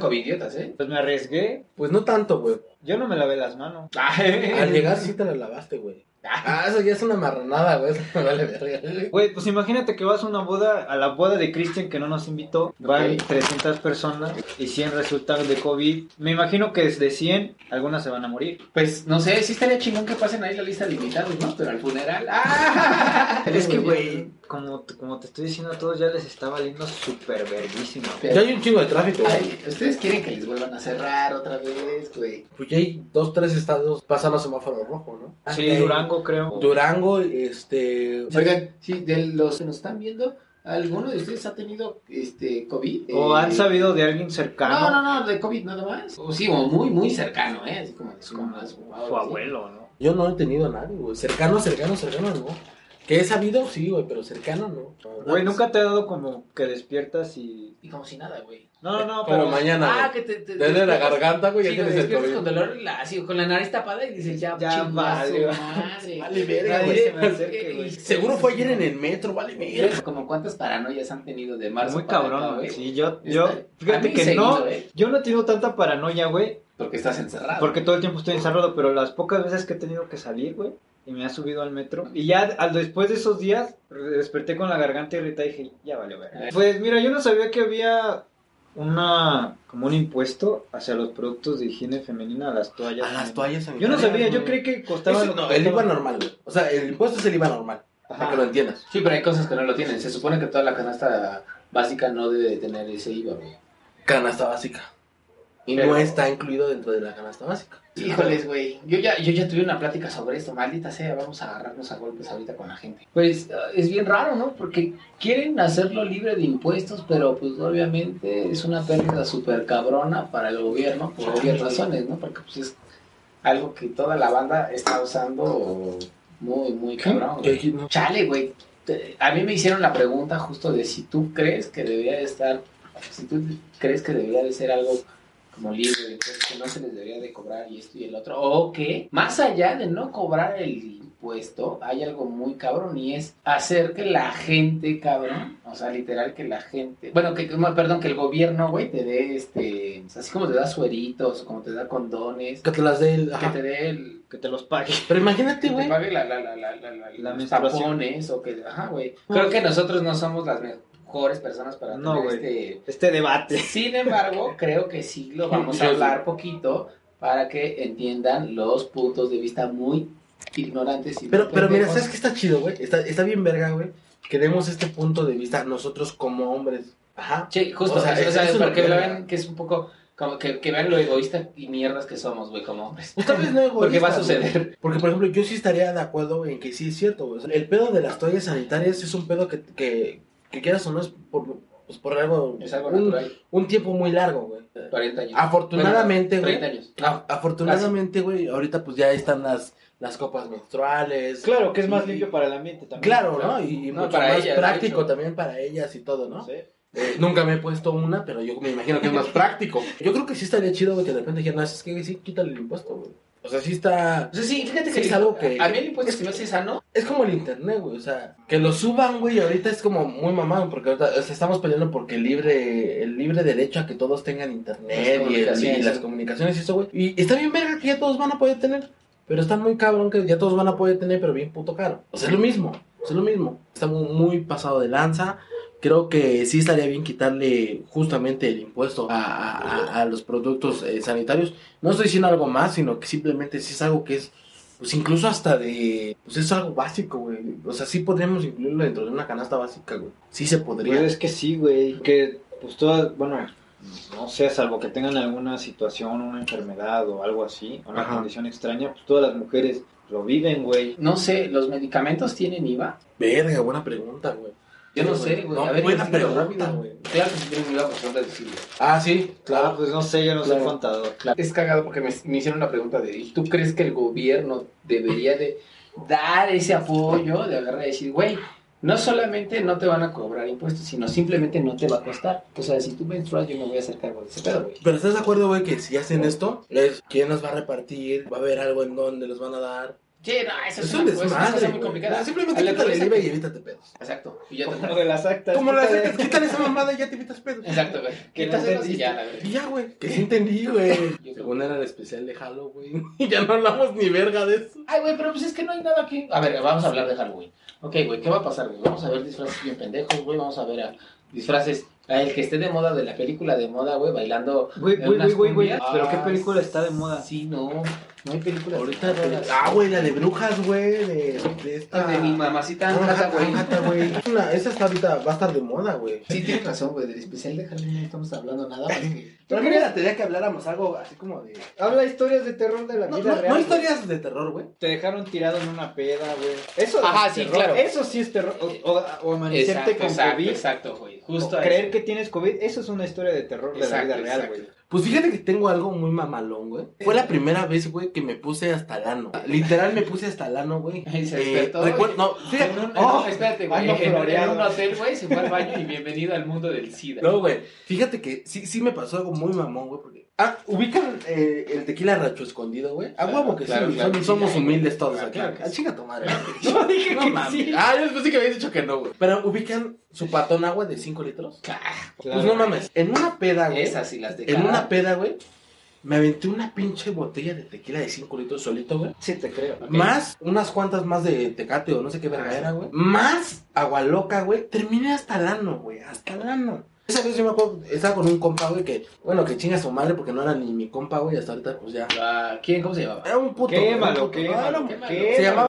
Speaker 4: covidiotas, ¿eh?
Speaker 2: Pues me arriesgué.
Speaker 1: Pues no tanto, güey.
Speaker 2: Yo no me lavé las manos.
Speaker 1: Ah, Al llegar sí te la lavaste, güey. Ah, eso ya es una marranada, güey. Eso me vale verga, güey.
Speaker 2: Güey, pues imagínate que vas a una boda, a la boda de Christian que no nos invitó, van
Speaker 4: Ok.
Speaker 2: 300 personas y 100 resultaron de COVID. Me imagino que de 100, algunas se van a morir.
Speaker 4: Pues no sé, sí estaría chingón que pasen ahí la lista de invitados, ¿no? Pero al funeral. ¡ah!
Speaker 2: Pero es que, güey, como, como te estoy diciendo a todos, ya les está valiendo súper verguísima.
Speaker 1: Ya hay un chingo de tráfico, güey.
Speaker 4: Ay, ustedes quieren que les vuelvan a cerrar otra vez, güey.
Speaker 1: Pues ya hay dos, tres estados pasando a semáforo rojo, ¿no?
Speaker 2: Sí,
Speaker 1: Ah, eh,
Speaker 2: Durango, creo.
Speaker 1: Durango, este.
Speaker 4: Oigan, sí, de los que nos están viendo, ¿alguno de ustedes ha tenido este COVID?
Speaker 2: ¿O
Speaker 4: Eh,
Speaker 2: han sabido de alguien cercano?
Speaker 4: No, no, no, de COVID nada más. O sí, o muy, muy cercano, ¿eh? Así como de su mamá, su papá,
Speaker 2: Su
Speaker 4: sí.
Speaker 2: abuelo, ¿no?
Speaker 1: Yo no he tenido a nadie, güey. Cercano, cercano, cercano, no. Que he sabido, sí, güey, pero cercano no.
Speaker 2: Güey, nunca te ha dado como que despiertas y.
Speaker 4: Y como si nada, güey.
Speaker 2: No, no,
Speaker 1: Como
Speaker 2: pero.
Speaker 1: mañana,
Speaker 4: Ah,
Speaker 1: güey.
Speaker 4: que te. te
Speaker 1: Desde la
Speaker 4: despiertas-
Speaker 1: garganta, güey,
Speaker 4: Sí,
Speaker 1: ya tienes
Speaker 4: güey,
Speaker 1: el
Speaker 4: despiertas con
Speaker 1: COVID.
Speaker 4: dolor, la- así, con la nariz tapada y dices, ya,
Speaker 2: Ya
Speaker 4: chingazo,
Speaker 2: vale, güey.
Speaker 4: madre.
Speaker 1: Vale, verga,
Speaker 2: Nadie
Speaker 1: güey.
Speaker 2: se me acerque, güey.
Speaker 1: Seguro fue ayer en el metro, vale, mira.
Speaker 4: Como cuántas paranoias han tenido de marzo.
Speaker 2: Muy
Speaker 4: para acá,
Speaker 2: cabrón, güey. Sí, yo,
Speaker 4: Está-
Speaker 2: yo,
Speaker 4: a
Speaker 2: fíjate
Speaker 4: mí
Speaker 2: que
Speaker 4: seguido,
Speaker 2: no.
Speaker 4: eh,
Speaker 2: Yo no he tenido tanta paranoia, güey,
Speaker 4: Porque estás encerrado.
Speaker 2: porque todo el tiempo estoy encerrado, pero las pocas veces que he tenido que salir, güey, y me ha subido al metro. Y ya al, después de esos días, desperté con la garganta irritada y dije, ya vale, güey.
Speaker 1: Eh.
Speaker 2: Pues mira, yo no sabía que había una, como un impuesto hacia los productos de higiene femenina, a las toallas.
Speaker 1: A Ah, las
Speaker 2: femeninas.
Speaker 1: toallas
Speaker 2: Yo no
Speaker 1: sanitarias,
Speaker 2: sabía, yo
Speaker 1: güey.
Speaker 2: creí que costaba.
Speaker 1: Eso-
Speaker 2: lo que
Speaker 1: no, el IVA
Speaker 2: costaba.
Speaker 1: normal, güey. O sea, el impuesto es el IVA normal. Para
Speaker 2: Ajá.
Speaker 1: que lo entiendas.
Speaker 4: Sí, pero hay cosas que no lo tienen. Se supone que toda la canasta básica no debe de tener ese IVA, güey.
Speaker 1: Canasta básica. Y
Speaker 4: Pero-
Speaker 1: no está incluido dentro de la canasta básica.
Speaker 4: Híjoles, güey. Yo ya, yo ya tuve una plática sobre esto. Maldita sea, vamos a agarrarnos a golpes ahorita con la gente. Pues ah, es bien raro, ¿no? Porque quieren hacerlo libre de impuestos, pero pues obviamente es una pérdida súper cabrona para el gobierno por obvias razones, ¿no? Porque pues es algo que toda la banda está usando muy, muy cabrón. güey.
Speaker 1: Que- no.
Speaker 4: Chale, güey. Te- A mí me hicieron la pregunta justo de si tú crees que debería de estar, si tú crees que debería de ser algo como libre, de impuestos, que no se les debería de cobrar y esto y el otro, o que más allá de no cobrar el impuesto, hay algo muy cabrón y es hacer que la gente, cabrón, o sea, literal que la gente, bueno, que, que- perdón, que el gobierno, güey, te dé este, así como te da sueritos, como te da condones,
Speaker 1: Que te las dé el.
Speaker 4: que
Speaker 1: ajá.
Speaker 4: te dé el,
Speaker 2: Que te los pague.
Speaker 1: Pero imagínate,
Speaker 4: que te
Speaker 1: güey.
Speaker 4: pague la, la, la, la, la, la-
Speaker 2: La
Speaker 4: los
Speaker 2: menstruación.
Speaker 4: tapones o que, ajá, güey.
Speaker 1: Ah,
Speaker 4: Creo que nosotros no somos las mejores personas para
Speaker 2: No,
Speaker 4: tener
Speaker 2: güey.
Speaker 4: este...
Speaker 2: Este debate.
Speaker 4: Sin embargo, creo que sí lo vamos a
Speaker 1: Yo sí.
Speaker 4: hablar poquito para que entiendan los puntos de vista muy ignorantes y
Speaker 1: Pero, pero mira,
Speaker 4: pendejos.
Speaker 1: ¿sabes qué está chido, güey? Está, está bien verga, güey. Que demos este punto de vista nosotros como hombres. Ajá.
Speaker 4: Sí, justo,
Speaker 1: O
Speaker 4: o
Speaker 1: sea,
Speaker 4: sea,
Speaker 1: es- es una
Speaker 4: para que lo
Speaker 1: mierda.
Speaker 4: vean que es un poco... Como que, que vean lo egoísta y mierdas que somos, güey, como hombres.
Speaker 1: Pues tal vez no egoísta,
Speaker 4: Porque va a
Speaker 1: güey.
Speaker 4: suceder.
Speaker 1: Porque, por ejemplo, yo sí estaría de acuerdo en que sí es cierto, güey. O sea, el pedo de las toallas sanitarias es un pedo que, que, que quieras o no es por, pues, por algo,
Speaker 4: Es algo
Speaker 1: un,
Speaker 4: natural.
Speaker 1: un tiempo muy largo, güey.
Speaker 4: 40 años.
Speaker 1: Afortunadamente,
Speaker 4: Bueno,
Speaker 1: güey.
Speaker 4: 30 años.
Speaker 1: a- Afortunadamente, güey, ahorita pues ya están las, las copas menstruales.
Speaker 2: Claro, que es más
Speaker 1: Y-
Speaker 2: limpio para el ambiente también.
Speaker 1: Claro, ¿no? Y, y
Speaker 4: No,
Speaker 1: mucho
Speaker 4: para
Speaker 1: más
Speaker 4: ellas, de
Speaker 1: práctico
Speaker 4: hecho.
Speaker 1: también para ellas y todo, ¿no?
Speaker 2: No sé.
Speaker 1: Eh, nunca me he puesto una, pero yo me imagino que es más práctico. Yo creo que sí estaría chido, güey, que de repente dijeran, no, es que sí, quítale el impuesto, güey. O sea, sí está...
Speaker 4: O sea, sí, fíjate
Speaker 1: Sí,
Speaker 4: que,
Speaker 1: es algo que-
Speaker 4: a mí el impuesto se me hace sano.
Speaker 1: Es como el internet, güey, o sea, que lo suban, güey, ahorita es como muy mamado, porque ahorita o sea, estamos peleando porque el libre, el libre derecho a que todos tengan
Speaker 4: Las
Speaker 1: internet y, el- y
Speaker 4: comunicaciones.
Speaker 1: las comunicaciones y eso, güey. Y está bien verga que ya todos van a poder tener, pero está muy cabrón que ya todos van a poder tener, pero bien puto caro. O sea, es lo mismo, es lo mismo. Está muy, muy pasado de lanza. Creo que sí estaría bien quitarle justamente el impuesto a, a- a- a los productos eh, sanitarios. No estoy diciendo algo más, sino que simplemente sí es algo que es pues incluso hasta de. Pues es algo básico, güey. O sea, sí podríamos incluirlo dentro de una canasta básica, güey. Sí se
Speaker 2: Pues
Speaker 1: podría.
Speaker 2: es que sí, güey. Que pues todas, bueno, no sé, salvo que tengan alguna situación, una enfermedad o algo así, o una
Speaker 1: Ajá.
Speaker 2: condición extraña, pues todas las mujeres lo viven, güey.
Speaker 4: No sé, ¿los medicamentos tienen IVA?
Speaker 1: Verga, buena pregunta, güey.
Speaker 4: Yo no sé, güey.
Speaker 1: No,
Speaker 4: a ver,
Speaker 1: buena
Speaker 4: investiga
Speaker 1: pregunta,
Speaker 4: rápido.
Speaker 1: güey.
Speaker 4: Claro que si tienen IVA, pues son deducibles.
Speaker 1: Ah, sí,
Speaker 2: Claro,
Speaker 1: claro.
Speaker 2: pues no sé, yo no soy
Speaker 4: Claro.
Speaker 2: contador.
Speaker 4: Es cagado porque me, me hicieron una pregunta de, ¿y ¿tú crees que el gobierno debería de dar ese apoyo, de agarrar y decir, güey, no solamente no te van a cobrar impuestos, sino simplemente no te va a costar? O sea, si tú menstruas, yo me voy a hacer cargo de ese pedo, güey.
Speaker 1: Pero estás de acuerdo, güey, que si hacen esto, es quién nos va a repartir, va a haber algo en donde los van a dar.
Speaker 4: Sí, no, eso
Speaker 1: Es
Speaker 4: es
Speaker 1: un
Speaker 4: una cosa- una
Speaker 1: desmadre.
Speaker 4: cosa muy
Speaker 1: güey.
Speaker 4: complicada.
Speaker 1: No, simplemente
Speaker 4: A la
Speaker 1: quítale el
Speaker 4: cabeza
Speaker 1: IVA
Speaker 4: que-
Speaker 1: y evítate pedos.
Speaker 4: Exacto. Y ya te-
Speaker 2: Como de las actas.
Speaker 1: Como
Speaker 2: ¿qué
Speaker 1: las
Speaker 2: tal?
Speaker 1: quítale esa mamada y ya te evitas pedos.
Speaker 4: Exacto, güey.
Speaker 2: Que no
Speaker 4: Quítaselos y
Speaker 2: entendiste.
Speaker 4: ya, la verdad.
Speaker 1: Y ya, güey, que sí entendí, güey. Según era el especial de Halloween. Y ya no hablamos ni verga de eso.
Speaker 4: Ay, güey, pero pues es que no hay nada aquí. A ver, vamos a hablar de Halloween. Ok, güey, ¿qué va a pasar, güey? Vamos a ver disfraces bien pendejos, güey. Vamos a ver a disfraces. A el que esté de moda de la película de moda, güey, bailando.
Speaker 2: Güey,
Speaker 4: en
Speaker 2: güey,
Speaker 4: unas
Speaker 2: güey, güey, güey.
Speaker 4: cumbias. Ah,
Speaker 2: Pero qué película está de moda.
Speaker 4: Sí, no. No hay película.
Speaker 1: Ahorita, te- ah, güey, la de brujas, güey, de, de esta.
Speaker 4: Ah, de mi mamacita,
Speaker 1: Anne
Speaker 4: Anjata,
Speaker 1: Hathaway.
Speaker 4: güey.
Speaker 1: Una- Esa está ahorita, va a estar de moda, güey.
Speaker 4: Sí, tienes razón, güey. Del especial de Halloween no estamos hablando nada. más que-
Speaker 1: Pero a mí me gustaría que habláramos algo así como de.
Speaker 2: Habla historias de terror de la
Speaker 1: No,
Speaker 2: vida
Speaker 1: no,
Speaker 2: real.
Speaker 1: no
Speaker 2: güey.
Speaker 1: historias de terror, güey.
Speaker 2: Te dejaron tirado en una peda, güey. Eso
Speaker 4: Ajá,
Speaker 2: es
Speaker 4: sí,
Speaker 2: terror.
Speaker 4: claro.
Speaker 2: Eso sí es terror. O, o- o amanecerte
Speaker 4: Exacto,
Speaker 2: con
Speaker 4: exacto,
Speaker 2: COVID.
Speaker 4: exacto, güey.
Speaker 3: Justo
Speaker 2: o
Speaker 3: ahí.
Speaker 2: creer que tienes COVID, eso es una historia de terror de
Speaker 4: Exacto,
Speaker 2: la vida real,
Speaker 4: exacto.
Speaker 2: güey.
Speaker 1: Pues fíjate que tengo algo muy mamalón, güey. Fue la primera vez, güey, que me puse hasta el ano. Literal me puse hasta el ano, güey.
Speaker 4: Y se despertó,
Speaker 1: recuer-
Speaker 4: güey.
Speaker 1: No, fíjate.
Speaker 4: En un- en un-
Speaker 1: Eh, ¡Oh!
Speaker 4: espérate, güey.
Speaker 2: ando
Speaker 4: En, un- en
Speaker 2: floreado.
Speaker 4: un hotel, güey, se fue al baño y bienvenido al mundo del SIDA.
Speaker 1: No, güey. Fíjate que sí, sí me pasó algo muy mamón, güey. Porque... Ah, ubican eh, el tequila racho escondido, güey. A
Speaker 4: Claro,
Speaker 1: huevo que
Speaker 4: claro,
Speaker 1: sí,
Speaker 4: claro.
Speaker 1: son- somos humildes todos
Speaker 4: Claro,
Speaker 1: aquí.
Speaker 4: claro que
Speaker 1: Ah,
Speaker 4: sí.
Speaker 1: chinga tu madre.
Speaker 2: No dije
Speaker 1: No mames. Ah, yo pensé que habías dicho que no, güey. Pero ubican su patón agua de 5 litros. Pues no mames. En una peda, güey.
Speaker 4: Esas y las de
Speaker 1: En
Speaker 4: cada-
Speaker 1: una peda, güey. Me aventé una pinche botella de tequila de 5 litros solito, güey.
Speaker 2: Sí, te creo.
Speaker 4: Ok.
Speaker 1: Más unas cuantas más de tecate o no sé qué verga
Speaker 4: Ah, sí.
Speaker 1: era, güey. Más agua loca, güey. Terminé hasta el ano, güey. Hasta el ano. Esa vez yo me acuerdo, estaba con un compa, güey, que, bueno, que chinga su madre porque no era ni mi compa, güey. Hasta ahorita, pues ya.
Speaker 4: Ah, ¿Quién? ¿Cómo se llamaba?
Speaker 1: Era un puto. era un
Speaker 2: Quémalo,
Speaker 1: puto. No, era
Speaker 2: quémalo,
Speaker 1: un-
Speaker 4: quémalo.
Speaker 1: Se
Speaker 2: quémalo.
Speaker 1: llamaba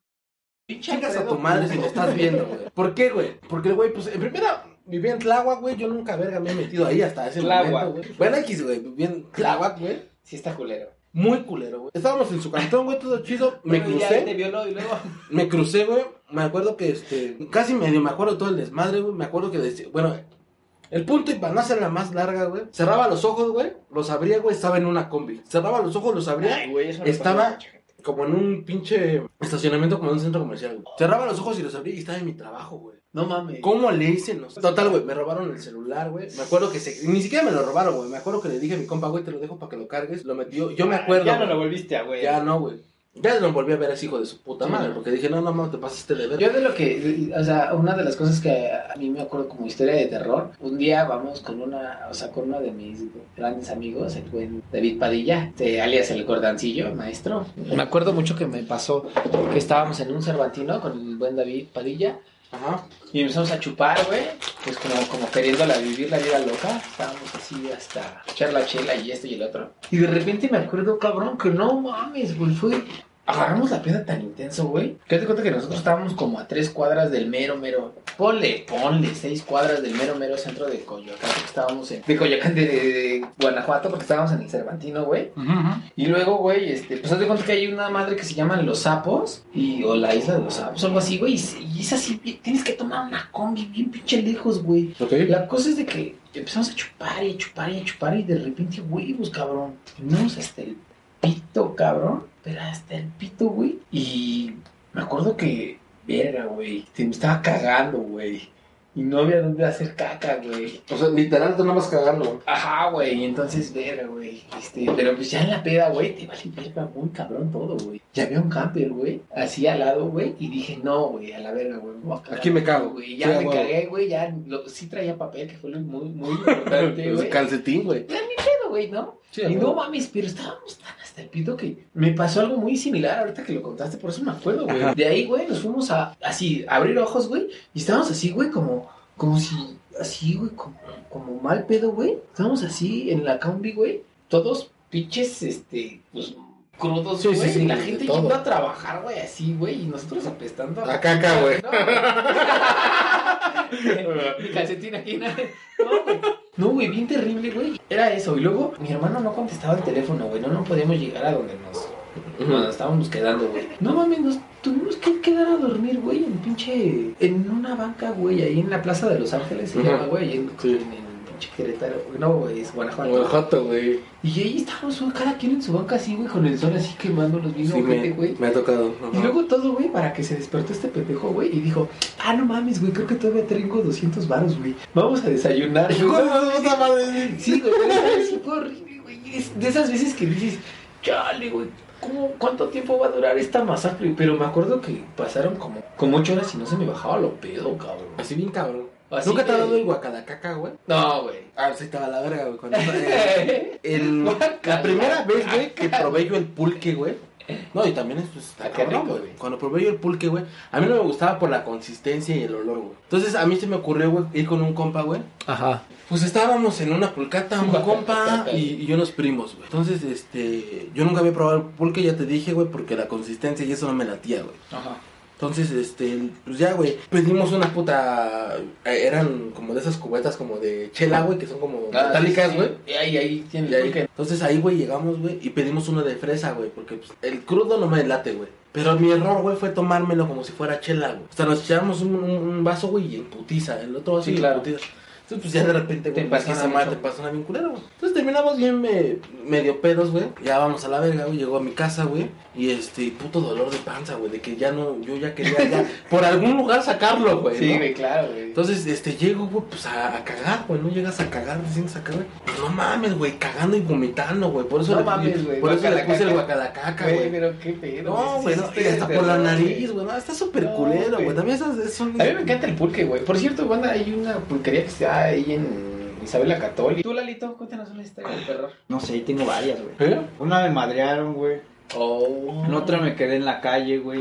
Speaker 1: Chingas a tu madre si lo estás viendo, güey. ¿Por qué, güey? Porque, güey, pues, en primera, vivía en Tláhuac, güey. Yo nunca, verga, me he metido ahí hasta ese
Speaker 2: Tláhuac.
Speaker 1: momento, güey. Bueno, X, güey, vivía en Tláhuac, güey.
Speaker 4: Sí está culero.
Speaker 1: Muy culero, güey. Estábamos en su cantón, güey, todo chido. Me
Speaker 4: Bueno,
Speaker 1: crucé.
Speaker 4: Ya te violó y luego...
Speaker 1: Me crucé, güey. Me acuerdo que este. Casi medio me acuerdo todo el desmadre, güey. Me acuerdo que. desde- bueno, el punto, y para no hacer la más larga, güey. Cerraba los ojos, güey. Los abría, güey. Estaba en una combi. Cerraba los ojos, los abría. estaba como en un pinche estacionamiento, como en un centro comercial, güey. Cerraba los ojos y los abría y estaba en mi trabajo, güey.
Speaker 3: No mames.
Speaker 1: ¿Cómo le hice? No sé. Total, güey, me robaron el celular, güey. Me acuerdo que se... Ni siquiera me lo robaron, güey. Me acuerdo que le dije a mi compa, güey, te lo dejo para que lo cargues. Lo metió. Yo me
Speaker 4: Ah,
Speaker 1: acuerdo.
Speaker 2: Ya no
Speaker 1: güey.
Speaker 2: lo volviste a, güey.
Speaker 1: Ya no, güey. Ya no volví a ver a ese hijo de su puta
Speaker 4: Sí,
Speaker 1: madre,
Speaker 4: no.
Speaker 1: porque dije, no, no, no, te pasaste de ver.
Speaker 4: Yo de lo que, o sea, una de las cosas que a mí me acuerdo como historia de terror, un día vamos con una, o sea, con uno de mis grandes amigos, el buen David Padilla, este, alias el gordancillo, maestro. Me acuerdo mucho que me pasó que estábamos en un Cervantino con el buen David Padilla
Speaker 1: Ajá.
Speaker 4: y empezamos a chupar, güey, pues como, como queriéndola vivir la vida loca, estábamos así hasta echar la chela y esto y el otro. Y de repente me acuerdo, cabrón, que no mames, güey, fue agarramos la peda tan intenso, güey. Que te cuenta que nosotros estábamos como a tres cuadras del mero, mero. Ponle, ponle, seis cuadras del mero, mero centro de Coyoacán. porque Estábamos en. De Coyoacán, de, de- de Guanajuato, porque estábamos en el Cervantino, güey. Y luego, güey, este. Pues haz de cuenta que hay una madre que se llaman Los Sapos. Y, o la Isla de los Sapos, algo así, güey. Y, y es así, bien- tienes que tomar una combi bien pinche lejos, güey.
Speaker 1: Ok.
Speaker 4: La cosa es de que empezamos a chupar y a chupar y a chupar y de repente, huevos, cabrón. Terminamos hasta el pito, cabrón. Pero hasta el pito, güey. Y me acuerdo que, verga, güey. te- Me estaba cagando, güey. Y no había dónde hacer caca, güey.
Speaker 1: O sea, literal, te nomás cagando.
Speaker 4: Ajá, güey. Y entonces, verga, güey. Este, pero pues ya en la peda, güey, te vale verga muy cabrón todo, güey. Ya había un camper, güey. Así al lado, güey. Y dije, no, güey, a la verga, güey. me voy a cagar
Speaker 1: Aquí me cago.
Speaker 4: güey. Ya
Speaker 1: Sí, a
Speaker 4: me
Speaker 1: huevo.
Speaker 4: cagué, güey. Ya lo- sí traía papel, que fue lo muy, muy importante,
Speaker 1: Pues
Speaker 4: güey.
Speaker 1: calcetín, güey.
Speaker 4: Pero, güey, ¿no?
Speaker 1: Sí,
Speaker 4: Y no mames, pero estábamos tan hasta el pito que me pasó algo muy similar ahorita que lo contaste, por eso me acuerdo, güey. De ahí, güey, nos fuimos a así, a abrir ojos, güey, y estábamos así, güey, como, como si, así, güey, como, como mal pedo, güey. Estábamos así en la combi, güey, todos pinches, este, pues, crudos,
Speaker 1: Sí,
Speaker 4: güey.
Speaker 1: sí, sí,
Speaker 4: y la
Speaker 1: de
Speaker 4: gente
Speaker 1: todo. Ah,
Speaker 4: yendo a trabajar, güey, así, güey, y nosotros apestando
Speaker 1: A caca, güey.
Speaker 4: No, mi calcetín aquí, ¿no? No, güey. No, güey, bien terrible, güey. Era eso. Y luego mi hermano no contestaba el teléfono, güey. No, no podíamos llegar a donde nos, nos estábamos quedando, güey. No mames, nos tuvimos que quedar a dormir, güey, en pinche. En una banca, güey, ahí en la Plaza de Los Ángeles se
Speaker 1: Ujú.
Speaker 4: llama, güey. En,
Speaker 1: Sí.
Speaker 4: en, en pinche Querétaro, güey. No, güey, es Guanajuato.
Speaker 1: Guanajuato, güey.
Speaker 4: Y ahí estábamos, güey, cada quien en su banca así, güey, con el sol así quemándonos bien,
Speaker 1: Sí,
Speaker 4: ojete,
Speaker 1: me,
Speaker 4: güey.
Speaker 1: me ha tocado.
Speaker 4: Y luego todo, güey, para que se despertó este pendejo, güey, y dijo, ah, no mames, güey, creo que todavía tengo 200 varos, güey. Vamos a desayunar. Sí, güey, pero esa vez sí fue horrible, güey. Es de esas veces que dices, chale, güey, ¿cómo, ¿cuánto tiempo va a durar esta masacre? Pero me acuerdo que pasaron como, como 8 horas y no se me bajaba lo pedo, cabrón.
Speaker 1: Así bien cabrón.
Speaker 4: Así
Speaker 1: ¿Nunca te ha
Speaker 4: que-
Speaker 1: dado el guacalacaca, güey?
Speaker 4: No, güey.
Speaker 1: Ah, sí, estaba la verga, güey. cuando- El- la primera vez, güey, que probé yo el pulque, güey. No, y también esto está
Speaker 4: Ah, qué
Speaker 1: cabrón,
Speaker 4: rico,
Speaker 1: güey.
Speaker 4: güey.
Speaker 1: Cuando probé yo el pulque, güey, a mí no me gustaba por la consistencia y el olor, güey. Entonces a mí se me ocurrió, güey, ir con un compa, güey.
Speaker 4: Ajá.
Speaker 1: Pues estábamos en una pulcata, un compa y, y unos primos, güey. Entonces, este, yo nunca había probado el pulque, ya te dije, güey, porque la consistencia y eso no me latía, güey.
Speaker 4: Ajá.
Speaker 1: Entonces, este, pues ya, güey, pedimos una puta, eh, eran como de esas cubetas como de chela, güey, que son como
Speaker 4: Ah,
Speaker 1: metálicas, güey.
Speaker 4: Y ahí, ahí tiene
Speaker 1: Y
Speaker 4: el
Speaker 1: ahí-
Speaker 4: pulque.
Speaker 1: entonces ahí, güey, llegamos, güey, y pedimos uno de fresa, güey, porque pues, el crudo no me late, güey. Pero mi error, güey, fue tomármelo como si fuera chela, güey. O sea, nos echamos un, un- un vaso, güey, y en putiza, el otro vaso
Speaker 4: Sí,
Speaker 1: y en
Speaker 4: claro.
Speaker 1: putiza. Entonces, pues ya de repente,
Speaker 4: Te
Speaker 1: güey, pues,
Speaker 4: empastona
Speaker 1: esa madre
Speaker 4: mucho.
Speaker 1: te pasó una bien culera, güey. Entonces terminamos bien eh, medio pedos, güey. Ya vamos a la verga, güey. Llegó a mi casa, güey. Y este, puto dolor de panza, güey. De que ya no, yo ya quería ya por algún lugar sacarlo, güey.
Speaker 4: Sí,
Speaker 1: ¿no?
Speaker 4: güey, claro, güey.
Speaker 1: Entonces, este, llego, güey, pues a, a cagar, güey. No llegas a cagar, recién sacar, güey. Pues no mames, güey, cagando y vomitando, güey. Por eso
Speaker 4: No
Speaker 1: le-
Speaker 4: mames, güey,
Speaker 1: Por eso le puse el
Speaker 4: guacalacaca.
Speaker 1: guacalacaca,
Speaker 4: Güey,
Speaker 1: güey.
Speaker 4: pero qué pedo.
Speaker 1: No, güey,
Speaker 4: sí,
Speaker 1: no,
Speaker 4: sí,
Speaker 1: y hasta
Speaker 4: de
Speaker 1: por la
Speaker 4: terror,
Speaker 1: nariz, güey. No, está súper
Speaker 4: No,
Speaker 1: culero,
Speaker 4: güey.
Speaker 1: güey. También esas es un.
Speaker 4: A mí me encanta el pulque, güey. Por cierto, banda, hay una pulquería que está ahí en Isabel la Católica. Tú, Lalito, cuéntanos una historia de terror.
Speaker 2: No sé, tengo varias, güey.
Speaker 1: ¿Eh?
Speaker 2: Una me madrearon, güey.
Speaker 4: Oh.
Speaker 2: En otra me quedé en la calle, güey.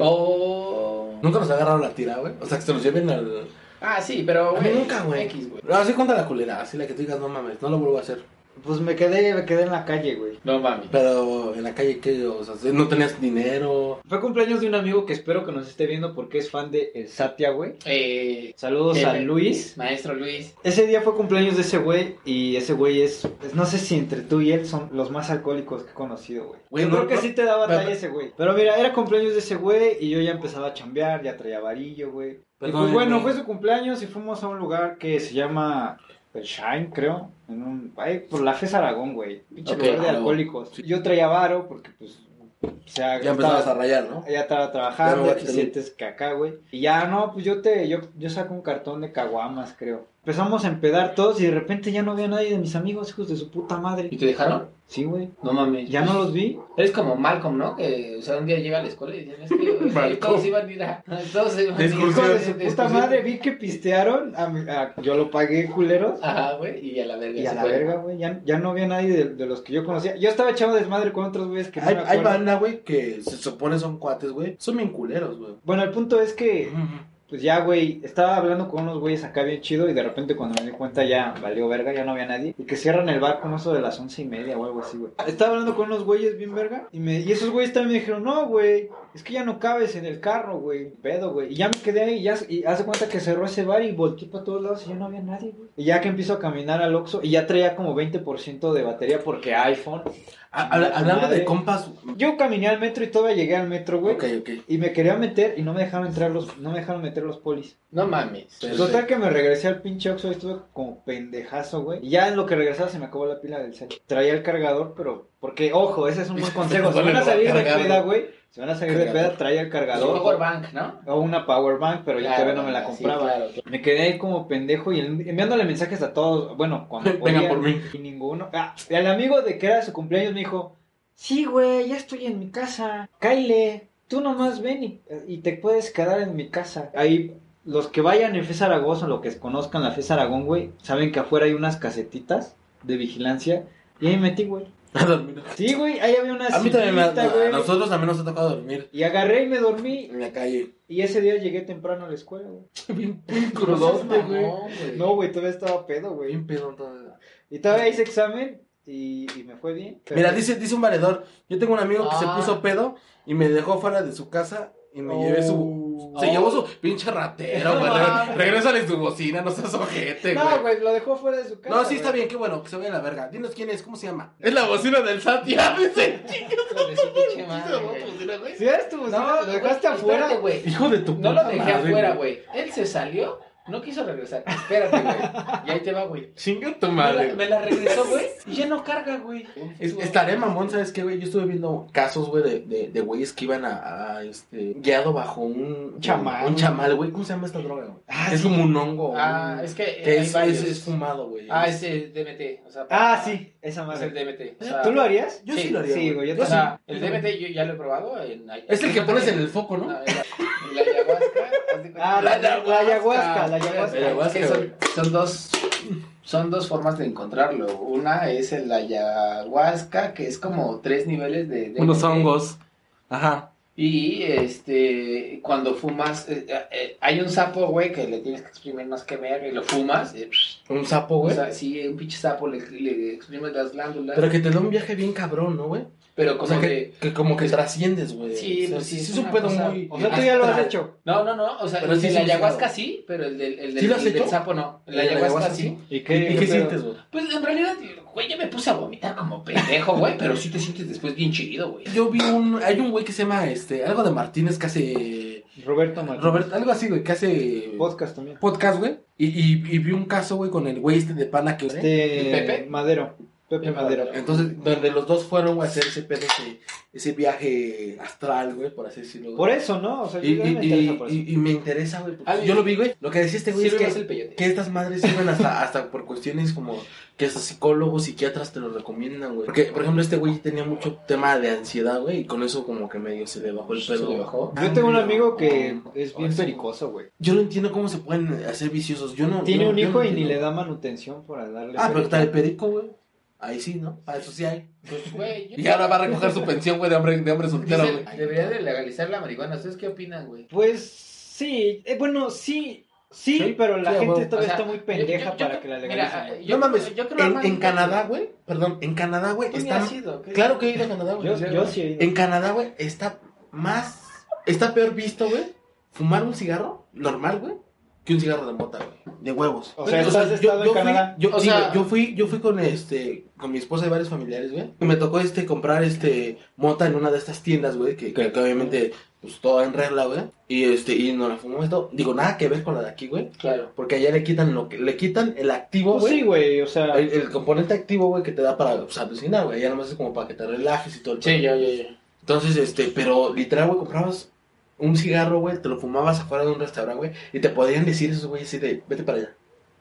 Speaker 4: Oh.
Speaker 1: Nunca nos agarraron la tira, güey. O sea, que se nos lleven al.
Speaker 4: Ah, sí, pero,
Speaker 1: A mí
Speaker 4: güey.
Speaker 1: nunca, güey.
Speaker 4: X, güey.
Speaker 1: No, así cuenta la culera, así la que tú digas, no mames, no lo vuelvo a hacer.
Speaker 2: Pues me quedé, me quedé en la calle, güey.
Speaker 4: No mami.
Speaker 1: Pero en la calle, ¿qué? O sea, no tenías dinero.
Speaker 2: Fue cumpleaños de un amigo que espero que nos esté viendo porque es fan de El Satia, güey.
Speaker 4: Eh.
Speaker 2: Saludos a
Speaker 4: eh,
Speaker 2: Luis.
Speaker 4: Maestro Luis.
Speaker 2: Ese día fue cumpleaños de ese güey y ese güey es, es- no sé si entre tú y él son los más alcohólicos que he conocido, güey.
Speaker 1: Güey,
Speaker 2: yo
Speaker 1: no,
Speaker 2: creo que
Speaker 1: no,
Speaker 2: sí te daba
Speaker 1: pero-
Speaker 2: batalla ese güey. Pero mira, era cumpleaños de ese güey y yo ya empezaba a chambear, ya traía varillo, güey. Y pues
Speaker 1: Perdónenme.
Speaker 2: bueno, fue su cumpleaños y fuimos a un lugar que se llama El Shine, creo, en un ahí por la FES Aragón, güey. Pinche
Speaker 1: Ok,
Speaker 2: lugar de
Speaker 1: Aragón.
Speaker 2: alcohólicos. Yo traía varo porque pues o sea,
Speaker 1: Ya
Speaker 2: estaba-
Speaker 1: empezabas a rayar, ¿no?
Speaker 2: ya estaba
Speaker 1: Ya me
Speaker 2: trabajando,
Speaker 1: voy
Speaker 2: ya
Speaker 1: a
Speaker 2: te
Speaker 1: quitar
Speaker 2: sientes caca, güey. Y ya, no, pues yo te, yo, yo saco un cartón de caguamas, creo. Empezamos a empedar todos y de repente ya no había nadie de mis amigos, hijos de su puta madre.
Speaker 4: ¿Y te dejaron?
Speaker 2: Sí, güey.
Speaker 4: No mames.
Speaker 2: Ya no los vi.
Speaker 4: Eres como Malcolm, ¿no? Que, o sea, un día llega a la escuela y dicen, es que
Speaker 1: Malcolm.
Speaker 4: todos iban a ir a... Todos se iban a ir.
Speaker 1: Excursión.
Speaker 2: Hijos de su
Speaker 4: Excursión.
Speaker 2: puta madre, vi que pistearon. a mi- a- yo lo pagué, culeros.
Speaker 4: Ajá, güey, y a la verga.
Speaker 2: Y a
Speaker 4: se
Speaker 2: la
Speaker 4: fue.
Speaker 2: verga, güey, ya, ya no había nadie de, de los que yo conocía. Yo estaba echado desmadre con otros güeyes que no
Speaker 1: Hay,
Speaker 2: me
Speaker 1: hay
Speaker 2: acuerdo.
Speaker 1: banda, güey, que se supone son cuates, güey. Son bien culeros, güey. Mm,
Speaker 2: Bueno, el punto es que,
Speaker 1: Ujú.
Speaker 2: pues ya, güey, estaba hablando con unos güeyes acá bien chido y de repente cuando me di cuenta ya valió verga, ya no había nadie. Y que cierran el bar como eso de las once y media o algo así, güey. Estaba hablando con unos güeyes bien verga y, me, y esos güeyes también me dijeron, no, güey, es que ya no cabes en el carro, güey, pedo, güey. Y ya me quedé ahí ya, y hace cuenta que cerró ese bar y volteé para todos lados y ya no había nadie, güey. Y ya que empiezo a caminar al Oxxo y ya traía como 20% de batería porque iPhone.
Speaker 1: Ha- habla- Hablando
Speaker 2: Madre.
Speaker 1: de compas.
Speaker 2: Yo caminé al metro y todavía llegué al metro, güey.
Speaker 1: Ok, ok.
Speaker 2: Y me quería meter y no me dejaron entrar los, no me dejaron meter los polis.
Speaker 4: No mames.
Speaker 1: Sí.
Speaker 2: Total que me regresé al pinche Oxxo y estuve como pendejazo, güey. Y ya en lo que regresaba se me acabó la pila del cel. Traía el cargador, pero... Porque, ojo, ese es un buen consejo. Si van a salir de
Speaker 4: Cargador.
Speaker 2: peda, güey. Si van a salir de
Speaker 1: Cargador.
Speaker 2: peda, traía el
Speaker 4: Es un power
Speaker 2: cargador.
Speaker 4: bank, ¿no?
Speaker 2: O una power bank, pero yo
Speaker 4: Claro,
Speaker 2: todavía no me la
Speaker 4: sí,
Speaker 2: compraba.
Speaker 4: claro, claro.
Speaker 2: Me quedé ahí como pendejo y en- enviándole mensajes a todos. Bueno, cuando
Speaker 1: Vengan
Speaker 2: podía,
Speaker 1: por mí.
Speaker 2: Y ninguno. Ah, y el amigo de que era su cumpleaños me dijo: Sí, güey, ya estoy en mi casa. Kyle, tú nomás ven y, y te puedes quedar en mi casa. Ahí, los que vayan en FES Aragón o los que conozcan la FES Aragón, güey, saben que afuera hay unas casetitas de vigilancia. Y ahí me metí, güey.
Speaker 1: A dormir.
Speaker 2: Sí, güey, ahí había una
Speaker 1: A mí también me
Speaker 2: sillita,
Speaker 1: ha,
Speaker 2: güey.
Speaker 1: A nosotros también nos ha tocado dormir
Speaker 2: Y agarré y me dormí.
Speaker 1: en la calle.
Speaker 2: Y ese día llegué temprano a la escuela, güey.
Speaker 1: Bien
Speaker 4: No
Speaker 1: crudote,
Speaker 4: seas
Speaker 1: güey.
Speaker 4: mamón, güey.
Speaker 2: No, güey, todavía estaba pedo, güey.
Speaker 1: Bien pedo todavía.
Speaker 2: Y todavía hice examen y, y me fue bien. pero-
Speaker 1: Mira, dice, dice un valedor. Yo tengo un amigo que se
Speaker 4: Ah.
Speaker 1: puso pedo y me dejó fuera de su casa y me llevé su.
Speaker 2: Oh.
Speaker 1: Se llevó su pinche ratero, güey. Re- Regrésale su bocina, no seas ojete, güey.
Speaker 2: No, güey, lo dejó fuera de su casa.
Speaker 1: No, sí está
Speaker 2: güey.
Speaker 1: bien, qué bueno, que se vaya a la verga. Dinos quién es, ¿cómo se llama? Es la bocina del Satya, dice.
Speaker 4: Hijo de su pinche madre, güey.
Speaker 2: Sí, eres tu bocina, lo dejaste
Speaker 4: güey,
Speaker 2: afuera.
Speaker 4: espérate, güey.
Speaker 1: Hijo de tu
Speaker 4: No lo
Speaker 1: puta
Speaker 4: dejé
Speaker 1: madre,
Speaker 4: afuera, güey. Él se salió, no quiso regresar. Espérate, güey. Y ahí te va, güey.
Speaker 1: Chinga tu
Speaker 4: Me la-
Speaker 1: madre.
Speaker 4: Me la regresó, güey. Y ya no carga, güey.
Speaker 1: Es- Estaré mamón, ¿sabes qué, güey? Yo estuve viendo casos, güey, de, de, de güeyes que iban a, a, este, guiado bajo un
Speaker 2: Chamán.
Speaker 1: Un chamal, güey. ¿Cómo se llama esta droga, güey?
Speaker 2: Ah,
Speaker 1: es
Speaker 2: sí.
Speaker 1: como un hongo.
Speaker 4: Ah,
Speaker 1: un-
Speaker 4: es que
Speaker 1: que
Speaker 4: eh, hay
Speaker 1: es, es,
Speaker 4: varios.
Speaker 1: es fumado, güey.
Speaker 4: Ah, es el DMT. O sea,
Speaker 2: Ah, sí, esa
Speaker 4: Es el
Speaker 2: madre.
Speaker 4: DMT. o sea,
Speaker 2: ¿Tú lo harías?
Speaker 1: Yo sí,
Speaker 4: sí,
Speaker 1: lo haría.
Speaker 2: sí,
Speaker 1: güey.
Speaker 2: güey, yo
Speaker 1: Yo
Speaker 4: O
Speaker 1: sí.
Speaker 4: sea, el DMT yo ya lo he probado. En,
Speaker 1: Es el que pones en el foco, ¿no?
Speaker 4: Ah, en la, en la ayahuasca.
Speaker 2: Ah, la- la ayahuasca,
Speaker 4: haz de cuenta.
Speaker 2: la ayahuasca.
Speaker 4: Es que
Speaker 1: Ayahuasca,
Speaker 4: son, son dos, son dos formas de encontrarlo. Una es el ayahuasca, que es como tres niveles de... de-
Speaker 1: Unos hongos. Ajá.
Speaker 4: Y este, cuando fumas, eh, eh, hay un sapo, güey, que le tienes que exprimir más que ver y lo fumas. eh,
Speaker 1: Un sapo,
Speaker 4: o
Speaker 1: güey.
Speaker 4: sea, sí, un pinche sapo le, le exprimes las
Speaker 1: Pues.
Speaker 4: glándulas.
Speaker 1: Pero
Speaker 4: Pero,
Speaker 1: que te da un viaje bien cabrón, ¿no, güey?
Speaker 4: como
Speaker 1: O sea,
Speaker 4: de-
Speaker 1: que, que como que trasciendes, güey.
Speaker 4: Sí,
Speaker 1: O sea,
Speaker 4: pues sí,
Speaker 1: sí
Speaker 4: es
Speaker 1: es un
Speaker 4: una
Speaker 1: pedo
Speaker 4: cosa-
Speaker 1: muy...
Speaker 2: O sea, tú ya lo has
Speaker 1: astral.
Speaker 2: hecho.
Speaker 4: No, no, no, o sea,
Speaker 1: Pero
Speaker 4: el
Speaker 1: sí
Speaker 4: de
Speaker 1: es
Speaker 4: la
Speaker 1: un sábado.
Speaker 4: ayahuasca sí, pero el del, el del,
Speaker 1: ¿Sí lo has
Speaker 4: el del
Speaker 1: hecho?
Speaker 4: sapo no. El
Speaker 1: ¿El
Speaker 4: de la
Speaker 1: de la
Speaker 4: ayahuasca
Speaker 1: ayahuasca
Speaker 4: sí.
Speaker 2: ¿Y
Speaker 1: ¿Y, y qué
Speaker 2: pedo?
Speaker 1: sientes, güey?
Speaker 4: Pues en realidad, güey, ya me puse a vomitar como pendejo, güey, pero sí te sientes después bien chido, güey.
Speaker 1: este, Yo vi un... Hay un güey que se llama, este... Algo de Martínez que hace...
Speaker 2: Roberto Martínez.
Speaker 1: Robert, algo así, güey, que hace
Speaker 2: Podcast también.
Speaker 1: podcast, güey. Y, y, y vi un caso, güey, con el güey este de pana que...
Speaker 2: Este,
Speaker 4: Pepe?
Speaker 2: Madero. Pepe
Speaker 4: Pepe
Speaker 2: Madero.
Speaker 4: Madero.
Speaker 1: Entonces, donde los dos fueron güey, a hacer ese pedo, ese, ese viaje astral, güey, por así decirlo. güey.
Speaker 2: Por eso, ¿no? O sea,
Speaker 1: Y,
Speaker 2: yo me
Speaker 1: y-
Speaker 2: interesa por eso.
Speaker 1: y- y- y me interesa, güey. porque
Speaker 4: Ah,
Speaker 1: Yo
Speaker 4: y-
Speaker 1: lo vi, güey. Lo que decía este güey es
Speaker 4: Sirve
Speaker 1: que,
Speaker 4: más el peyote.
Speaker 1: que estas madres sirven hasta, hasta por cuestiones como que hasta psicólogos, psiquiatras te lo recomiendan, güey. Porque, por ejemplo, este güey tenía mucho tema de ansiedad, güey. Y con eso como que medio se le bajó el
Speaker 4: Se le
Speaker 1: pelo.
Speaker 4: bajó.
Speaker 2: Yo tengo un amigo que
Speaker 1: Ah,
Speaker 2: es bien
Speaker 1: sí.
Speaker 2: pericoso, güey.
Speaker 1: Yo no entiendo cómo se pueden hacer viciosos. Yo no.
Speaker 2: Tiene
Speaker 1: yo-
Speaker 2: un
Speaker 1: yo
Speaker 2: hijo
Speaker 1: no
Speaker 2: y ni
Speaker 1: entiendo.
Speaker 2: le da manutención para darle.
Speaker 1: Ah, pero
Speaker 2: perico.
Speaker 1: está el perico, güey. Ahí sí, ¿no? Para eso sí hay.
Speaker 4: Pues, güey, yo-
Speaker 1: Y ahora va a recoger su pensión, güey, de hombre, de hombre soltero,
Speaker 4: Dicen,
Speaker 1: güey.
Speaker 4: debería de legalizar la marihuana. ¿Ustedes qué opinan, güey?
Speaker 2: Pues sí, eh, bueno, sí, sí,
Speaker 1: Sí,
Speaker 2: pero la
Speaker 1: sí,
Speaker 2: gente
Speaker 1: bueno,
Speaker 2: todavía
Speaker 4: O sea,
Speaker 2: está muy pendeja
Speaker 4: yo- yo- yo-
Speaker 2: para que la
Speaker 4: mira,
Speaker 2: legalicen. güey.
Speaker 1: No mames,
Speaker 4: yo creo
Speaker 1: En,
Speaker 4: más-
Speaker 1: en Canadá, güey. Perdón, en Canadá, güey.
Speaker 4: Tú ni
Speaker 1: Está...
Speaker 4: has ido, ¿qué?
Speaker 1: Claro que he ido a Canadá, güey.
Speaker 2: Yo, yo sí he ido.
Speaker 1: En Canadá, güey, está más. Está peor visto, güey, fumar un cigarro normal, güey, que un cigarro de mota, güey. De huevos.
Speaker 2: O sea, ¿estás estado en
Speaker 1: fui,
Speaker 2: Canadá?
Speaker 1: Yo,
Speaker 4: O
Speaker 1: sí,
Speaker 4: sea-
Speaker 1: güey, yo fui, yo fui con este, con mi esposa y varios familiares, güey. Y me tocó este comprar este mota en una de estas tiendas, güey, que, que, que obviamente, pues todo en regla, güey. Y este, y nos la fumamos esto. Digo, nada que ver con la de aquí, güey.
Speaker 4: Claro.
Speaker 1: Porque allá le quitan lo que, le quitan el activo,
Speaker 2: Pues
Speaker 1: güey.
Speaker 2: sí, güey, o sea,
Speaker 1: el, el componente activo, güey, que te da para pues, alucinar, güey. Ya nomás es como para que te relajes y todo el
Speaker 4: Sí, yo, yo, yo.
Speaker 1: entonces, este, pero literal, güey, comprabas un cigarro, güey, te lo fumabas afuera de un restaurante, güey, y te podían decir esos güey así de, vete para allá.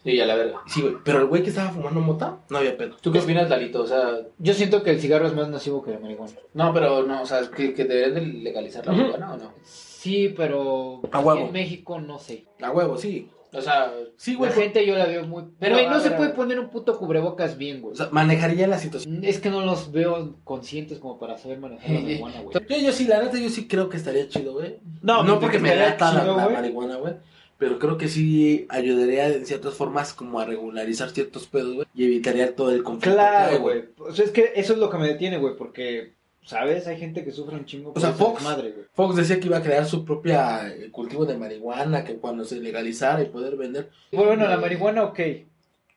Speaker 4: Sí, ya la verga.
Speaker 1: Sí, güey, pero el güey que estaba fumando mota, no había pedo.
Speaker 4: ¿Tú qué opinas, Lalito? O sea,
Speaker 2: yo siento que el cigarro es más nocivo que la marihuana.
Speaker 4: no, pero no, o sea, que, que deberían de legalizar la
Speaker 1: Ujú.
Speaker 4: marihuana o no.
Speaker 3: Sí, pero
Speaker 1: A huevo.
Speaker 3: en México no sé.
Speaker 1: A huevo, sí.
Speaker 4: O sea,
Speaker 1: Sí, güey.
Speaker 3: La gente yo la veo muy...
Speaker 4: Pero,
Speaker 3: Pero
Speaker 4: a
Speaker 3: no se
Speaker 4: ver, a
Speaker 3: puede
Speaker 4: ver.
Speaker 3: poner un puto cubrebocas bien, güey.
Speaker 1: O sea, manejaría la situación.
Speaker 2: Mm,
Speaker 3: Es que no los veo conscientes como para saber manejar la
Speaker 4: Sí.
Speaker 3: marihuana, güey.
Speaker 1: Yo, yo sí, la neta, yo sí creo que estaría chido, güey. No,
Speaker 2: pues,
Speaker 1: porque
Speaker 2: que
Speaker 1: me
Speaker 2: estaría
Speaker 1: lata la,
Speaker 2: chido,
Speaker 1: la
Speaker 2: güey.
Speaker 1: marihuana, güey. Pero creo que sí ayudaría en ciertas formas como a regularizar ciertos pedos, güey. Y evitaría todo el conflicto. que hay,
Speaker 2: Claro, güey. O sea, es que eso es lo que me detiene, güey, porque, ¿sabes? Hay gente que sufre un chingo
Speaker 1: sea,
Speaker 2: ese
Speaker 1: Fox.
Speaker 2: desmadre, güey.
Speaker 1: Fox decía que iba a crear su propia eh, cultivo de marihuana, que cuando se legalizara y poder vender,
Speaker 2: Bueno, la marihuana, ok.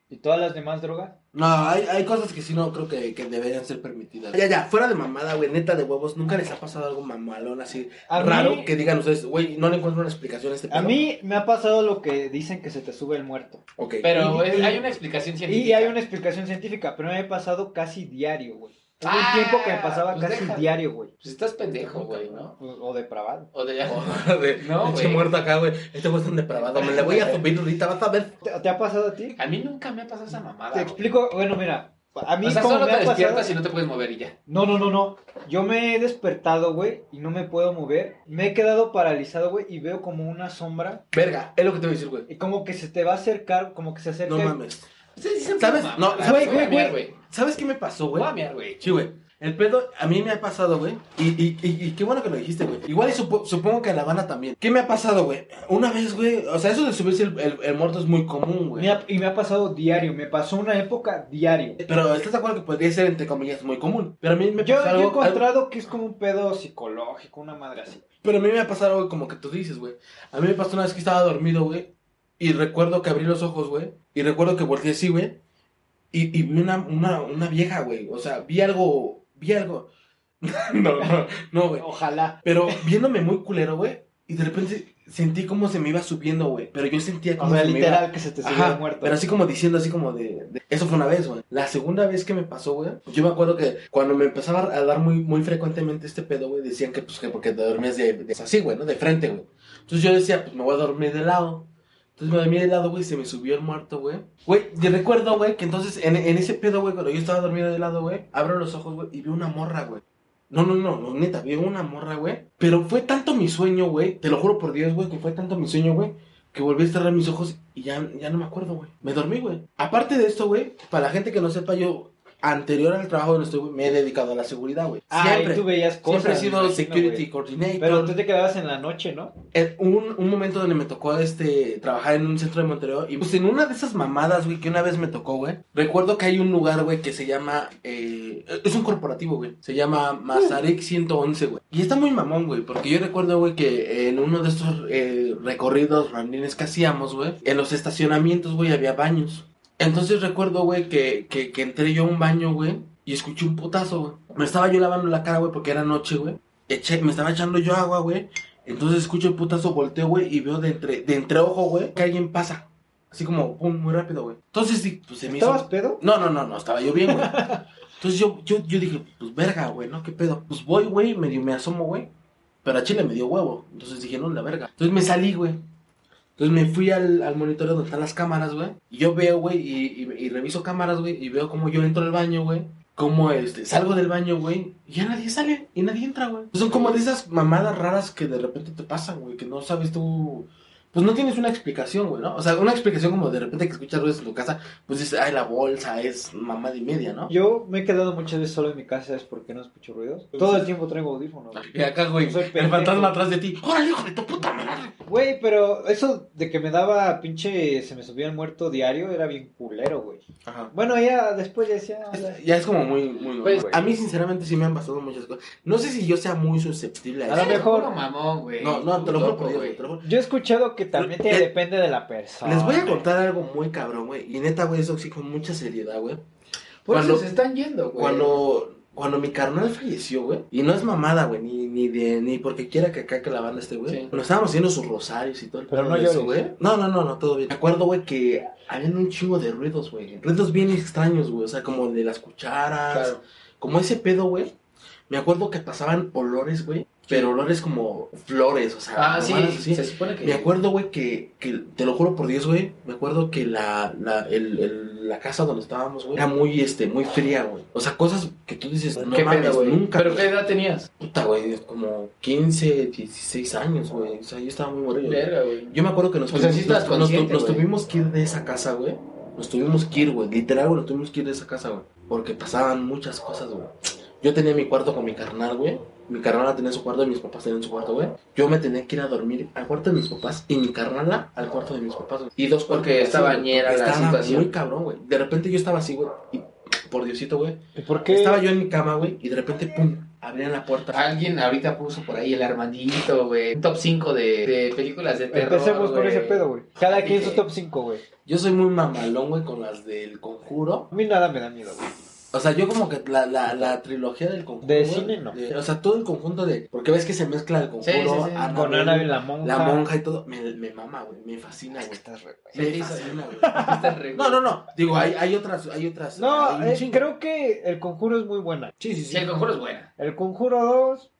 Speaker 2: ¿Y todas las demás drogas?
Speaker 1: No, hay, hay cosas que sí no creo que, que deberían ser permitidas. Ya, ya, fuera de mamada, güey, neta de huevos, ¿nunca les ha pasado algo mamalón así
Speaker 2: A
Speaker 1: raro
Speaker 2: mí-
Speaker 1: que digan ustedes, güey, no le encuentro una explicación a este
Speaker 2: A
Speaker 1: pedo"?
Speaker 2: mí me ha pasado lo que dicen que se te sube el muerto.
Speaker 1: Ok.
Speaker 4: pero
Speaker 2: Y-
Speaker 4: es-
Speaker 2: y-
Speaker 4: hay una explicación científica.
Speaker 2: Y hay una explicación científica, pero me ha pasado casi diario, güey. Hubo
Speaker 4: Ah,
Speaker 2: un tiempo que me pasaba
Speaker 4: pues
Speaker 2: casi
Speaker 4: deja.
Speaker 2: diario, güey.
Speaker 4: Pues estás pendejo, güey, ¿no?
Speaker 2: O o depravado.
Speaker 4: O de...
Speaker 1: Joder,
Speaker 4: No,
Speaker 1: pinche
Speaker 4: güey.
Speaker 1: muerto acá, güey. Este güey es un depravado. Me le voy a subir ahorita, vas a ver.
Speaker 2: ¿Te, te ha pasado a ti?
Speaker 4: A mí nunca me ha pasado esa mamada,
Speaker 2: Te
Speaker 4: Ah, güey.
Speaker 2: explico, bueno, mira, a mí
Speaker 4: O sea,
Speaker 2: como
Speaker 4: solo
Speaker 2: me
Speaker 4: te
Speaker 2: ha pasado...
Speaker 4: despiertas y no te puedes mover y ya.
Speaker 2: No, no, no, no. Yo me he despertado, güey, y no me puedo mover. Me he quedado paralizado, güey, y veo como una sombra.
Speaker 1: Verga, es lo que te voy a decir, güey.
Speaker 2: Y como que se te va a acercar, como que se acerca.
Speaker 1: No
Speaker 2: y-
Speaker 1: mames.
Speaker 4: Ustedes dicen,
Speaker 1: ¿Sabes?
Speaker 4: "Mamá,
Speaker 1: No,
Speaker 4: la
Speaker 1: ¿sabes?
Speaker 4: voy a
Speaker 1: Güey,
Speaker 4: mear, güey.
Speaker 1: ¿Sabes qué me pasó,
Speaker 4: Voy
Speaker 1: güey?
Speaker 4: a mear, güey.
Speaker 1: Sí, güey. El pedo a mí me ha pasado, güey. Y, y, y, y qué bueno que lo dijiste, güey. Igual y supo- supongo que a La Habana también. ¿Qué me ha pasado, güey? Una vez, güey. O sea, eso de subirse el, el- el muerto es muy común, güey.
Speaker 2: Me ha- y me ha pasado diario. Me pasó una época diario.
Speaker 1: Pero estás de acuerdo que podría ser, entre comillas, muy común. Pero a mí me
Speaker 2: Yo,
Speaker 1: pasa
Speaker 2: yo he
Speaker 1: algo.
Speaker 2: encontrado que es como un pedo psicológico, una madre así.
Speaker 1: Pero a mí me ha pasado algo como que tú dices, güey. A mí me pasó una vez que estaba dormido, güey. Y recuerdo que abrí los ojos, güey. Y recuerdo que volteé así, güey. Y, y vi una, una, una vieja, güey. O sea, vi algo. Vi algo. no, no, no, güey.
Speaker 2: Ojalá.
Speaker 1: Pero viéndome muy culero, güey. Y de repente sentí como se me iba subiendo, güey. Pero yo sentía
Speaker 2: O
Speaker 1: como
Speaker 2: sea,
Speaker 1: se me iba-
Speaker 2: literal que se te subió
Speaker 1: Ajá,
Speaker 2: el muerto.
Speaker 1: Pero así como diciendo, así como de, de- Eso fue una vez, güey. La segunda vez que me pasó, güey. Yo me acuerdo que cuando me empezaba a dar muy, muy frecuentemente este pedo, güey, decían que, pues, que porque te dormías de, de- así, güey, ¿no? De frente, güey. Entonces yo decía, pues me voy a dormir de lado. Entonces me dormí de lado, güey, y se me subió el muerto, güey. Güey, yo recuerdo, güey, que entonces en, en ese pedo, güey, cuando yo estaba dormido de lado, güey, abro los ojos, güey, y vi una morra, güey. No, no, no, no, neta, vi una morra, güey. Pero fue tanto mi sueño, güey. Te lo juro por Dios, güey, que fue tanto mi sueño, güey que volví a cerrar mis ojos y ya, ya no me acuerdo, güey. Me dormí, güey. Aparte de esto, güey, para la gente que no sepa, yo anterior al trabajo donde estoy, güey, me he dedicado a la seguridad, güey.
Speaker 2: Ah,
Speaker 1: Siempre.
Speaker 2: y tú veías cosas.
Speaker 1: Siempre he
Speaker 2: me
Speaker 1: sido
Speaker 2: imagino,
Speaker 1: security
Speaker 2: güey.
Speaker 1: coordinator.
Speaker 2: Pero tú te quedabas en la noche, ¿no?
Speaker 1: En un, un momento donde me tocó este trabajar en un centro de Monterrey y pues en una de esas mamadas, güey, que una vez me tocó, güey. Recuerdo que hay un lugar, güey, que se llama eh, es un corporativo, güey. Se llama Mazarek 111, güey. Y está muy mamón, güey, porque yo recuerdo, güey, que en uno de estos eh, recorridos randines que hacíamos, güey, en los estacionamientos, güey, había baños. Entonces recuerdo, güey, que, que, que entré yo a un baño, güey, y escuché un putazo, güey. Me estaba yo lavando la cara, güey, porque era noche, güey. Eché- me estaba echando yo agua, güey. Entonces escucho el putazo, volteo, güey, y veo de entre, de entre ojo, güey, que alguien pasa. Así como, pum, muy rápido, güey. Entonces, sí, pues se me hizo.
Speaker 2: ¿Estabas pedo?
Speaker 1: No, no, no, no, estaba yo bien, güey. Entonces yo, yo, yo dije, pues verga, güey, ¿no? ¿Qué pedo? Pues voy, güey, medio me asomo, güey. Pero a Chile me dio huevo. Entonces dije, no, la verga. Entonces me salí, güey. Entonces me fui al, al monitoreo donde están las cámaras, güey. Y yo veo, güey, y, y- y reviso cámaras, güey. Y veo cómo yo entro al baño, güey. Cómo este, salgo del baño, güey. Y ya nadie sale y nadie entra, güey. Son como de esas mamadas raras que de repente te pasan, güey. Que no sabes tú. Pues no tienes una explicación, güey, ¿no? O sea, una explicación como de repente que escuchas ruidos en tu casa, pues dices, ay, la bolsa es mamada y media, ¿no?
Speaker 2: Yo me he quedado muchas veces solo en mi casa, es porque no escucho ruidos. Todo el tiempo traigo audífonos. güey.
Speaker 1: Pues Y acá, güey,
Speaker 2: Soy
Speaker 1: el
Speaker 2: pendejo.
Speaker 1: fantasma atrás de ti. ¡Órale, hijo de tu puta madre!
Speaker 2: Güey, pero eso de que me daba pinche, se me subía el muerto diario, era bien culero, güey.
Speaker 1: Ajá.
Speaker 2: Bueno, ya después ya decía... "Ah,
Speaker 1: Es- ya es como muy, muy normal.
Speaker 3: Pues,
Speaker 1: a mí, sinceramente, sí me han pasado muchas cosas. No sé si yo sea muy susceptible a
Speaker 2: A lo
Speaker 1: eso.
Speaker 2: mejor-
Speaker 3: No, mamón, güey.
Speaker 1: No, no, te lo juro por Dios, güey,
Speaker 3: güey.
Speaker 1: te lo juro.
Speaker 2: ya". Yo he escuchado que también te
Speaker 1: Le-
Speaker 2: depende de la persona.
Speaker 1: Eh, Les voy a contar algo muy cabrón, güey. Y neta, güey, eso sí con mucha seriedad, güey.
Speaker 3: Por
Speaker 1: Cuando-
Speaker 3: eso se están yendo, güey.
Speaker 1: Cuando, cuando mi carnal falleció, güey. Y no es mamada, güey, ni, ni de, ni porque quiera que acá que la banda esté, güey.
Speaker 3: Sí.
Speaker 1: Nos estábamos haciendo sus rosarios y todo el
Speaker 2: Pero
Speaker 1: pedo
Speaker 2: no
Speaker 1: de eso,
Speaker 2: llores.
Speaker 1: güey. No, no, no, no, todo bien. Me acuerdo, güey, que habían un chingo de ruidos, güey. Ruidos bien extraños, güey. O sea, como de las cucharas.
Speaker 3: Claro.
Speaker 1: Como ese pedo, güey. Me acuerdo que pasaban olores, güey. Pero olores como flores, o sea.
Speaker 3: Ah, sí,
Speaker 1: mamadas así.
Speaker 3: se supone que.
Speaker 1: Me acuerdo, güey, que, que, te lo juro por Dios, güey, me acuerdo que la, la, el, el- la casa donde estábamos, güey, era muy, este, muy fría, güey. O sea, cosas que tú dices, no
Speaker 3: ¿Qué
Speaker 1: mames,
Speaker 3: pedo, güey?
Speaker 1: nunca.
Speaker 3: ¿Pero qué
Speaker 1: güey.
Speaker 3: edad tenías?
Speaker 1: Puta, güey, como 15, 16 años, güey. O sea, yo estaba muy morrido. güey.
Speaker 3: Verga, güey.
Speaker 1: Yo me acuerdo que nos,
Speaker 3: O sea,
Speaker 1: tuvimos-
Speaker 3: sí estabas
Speaker 1: nos- nos,
Speaker 3: consciente,
Speaker 1: nos
Speaker 3: güey.
Speaker 1: tuvimos que ir de esa casa, güey. Nos tuvimos que ir, güey. Literal, güey, nos tuvimos que ir de esa casa, güey. Porque pasaban muchas cosas, güey. Yo tenía mi cuarto con mi carnal, güey. Mi carnala tenía su cuarto y mis papás tenían su cuarto, güey. Yo me tenía que ir a dormir al cuarto de mis papás y mi carnala al cuarto de mis papás, güey. Y dos cuartos.
Speaker 3: Porque
Speaker 1: así,
Speaker 3: estaba
Speaker 1: güey,
Speaker 3: ñera
Speaker 1: porque
Speaker 3: la
Speaker 1: estaba
Speaker 3: situación.
Speaker 1: muy cabrón, güey. De repente yo estaba así, güey. Y por Diosito, güey.
Speaker 2: ¿Y ¿Por qué?
Speaker 1: Estaba yo en mi cama, güey. Y de repente, pum, abrían la puerta.
Speaker 3: Alguien ahorita puso por ahí el Armandito, güey. Un top 5 de, de películas de terror.
Speaker 2: Empecemos por
Speaker 3: güey.
Speaker 2: ese pedo, güey. Cada quien
Speaker 3: Dije-
Speaker 2: su top 5, güey.
Speaker 1: Yo soy muy mamalón, güey, con las del conjuro.
Speaker 2: A mí nada me da miedo, güey.
Speaker 1: O sea, yo como que la, la, la trilogía del conjunto.
Speaker 2: De
Speaker 1: güey,
Speaker 2: cine, no.
Speaker 1: de- o sea, todo el conjunto de. Porque ves que se mezcla el conjuro,
Speaker 3: Sí, sí, sí.
Speaker 1: Annabelle,
Speaker 2: Con Ana la monja.
Speaker 1: la monja y todo. Me, me mama, güey. Me fascina, güey.
Speaker 2: Estás re- güey.
Speaker 1: Me
Speaker 3: Sí,
Speaker 1: fascina, güey.
Speaker 3: Está re-
Speaker 1: No, no, no. Digo, hay, hay otras. Hay otras hay
Speaker 2: No,
Speaker 1: un
Speaker 2: eh,
Speaker 1: chingo.
Speaker 2: creo que El Conjuro es muy buena.
Speaker 1: Sí, sí, sí.
Speaker 3: Sí, el conjuro es buena.
Speaker 2: El Conjuro 2,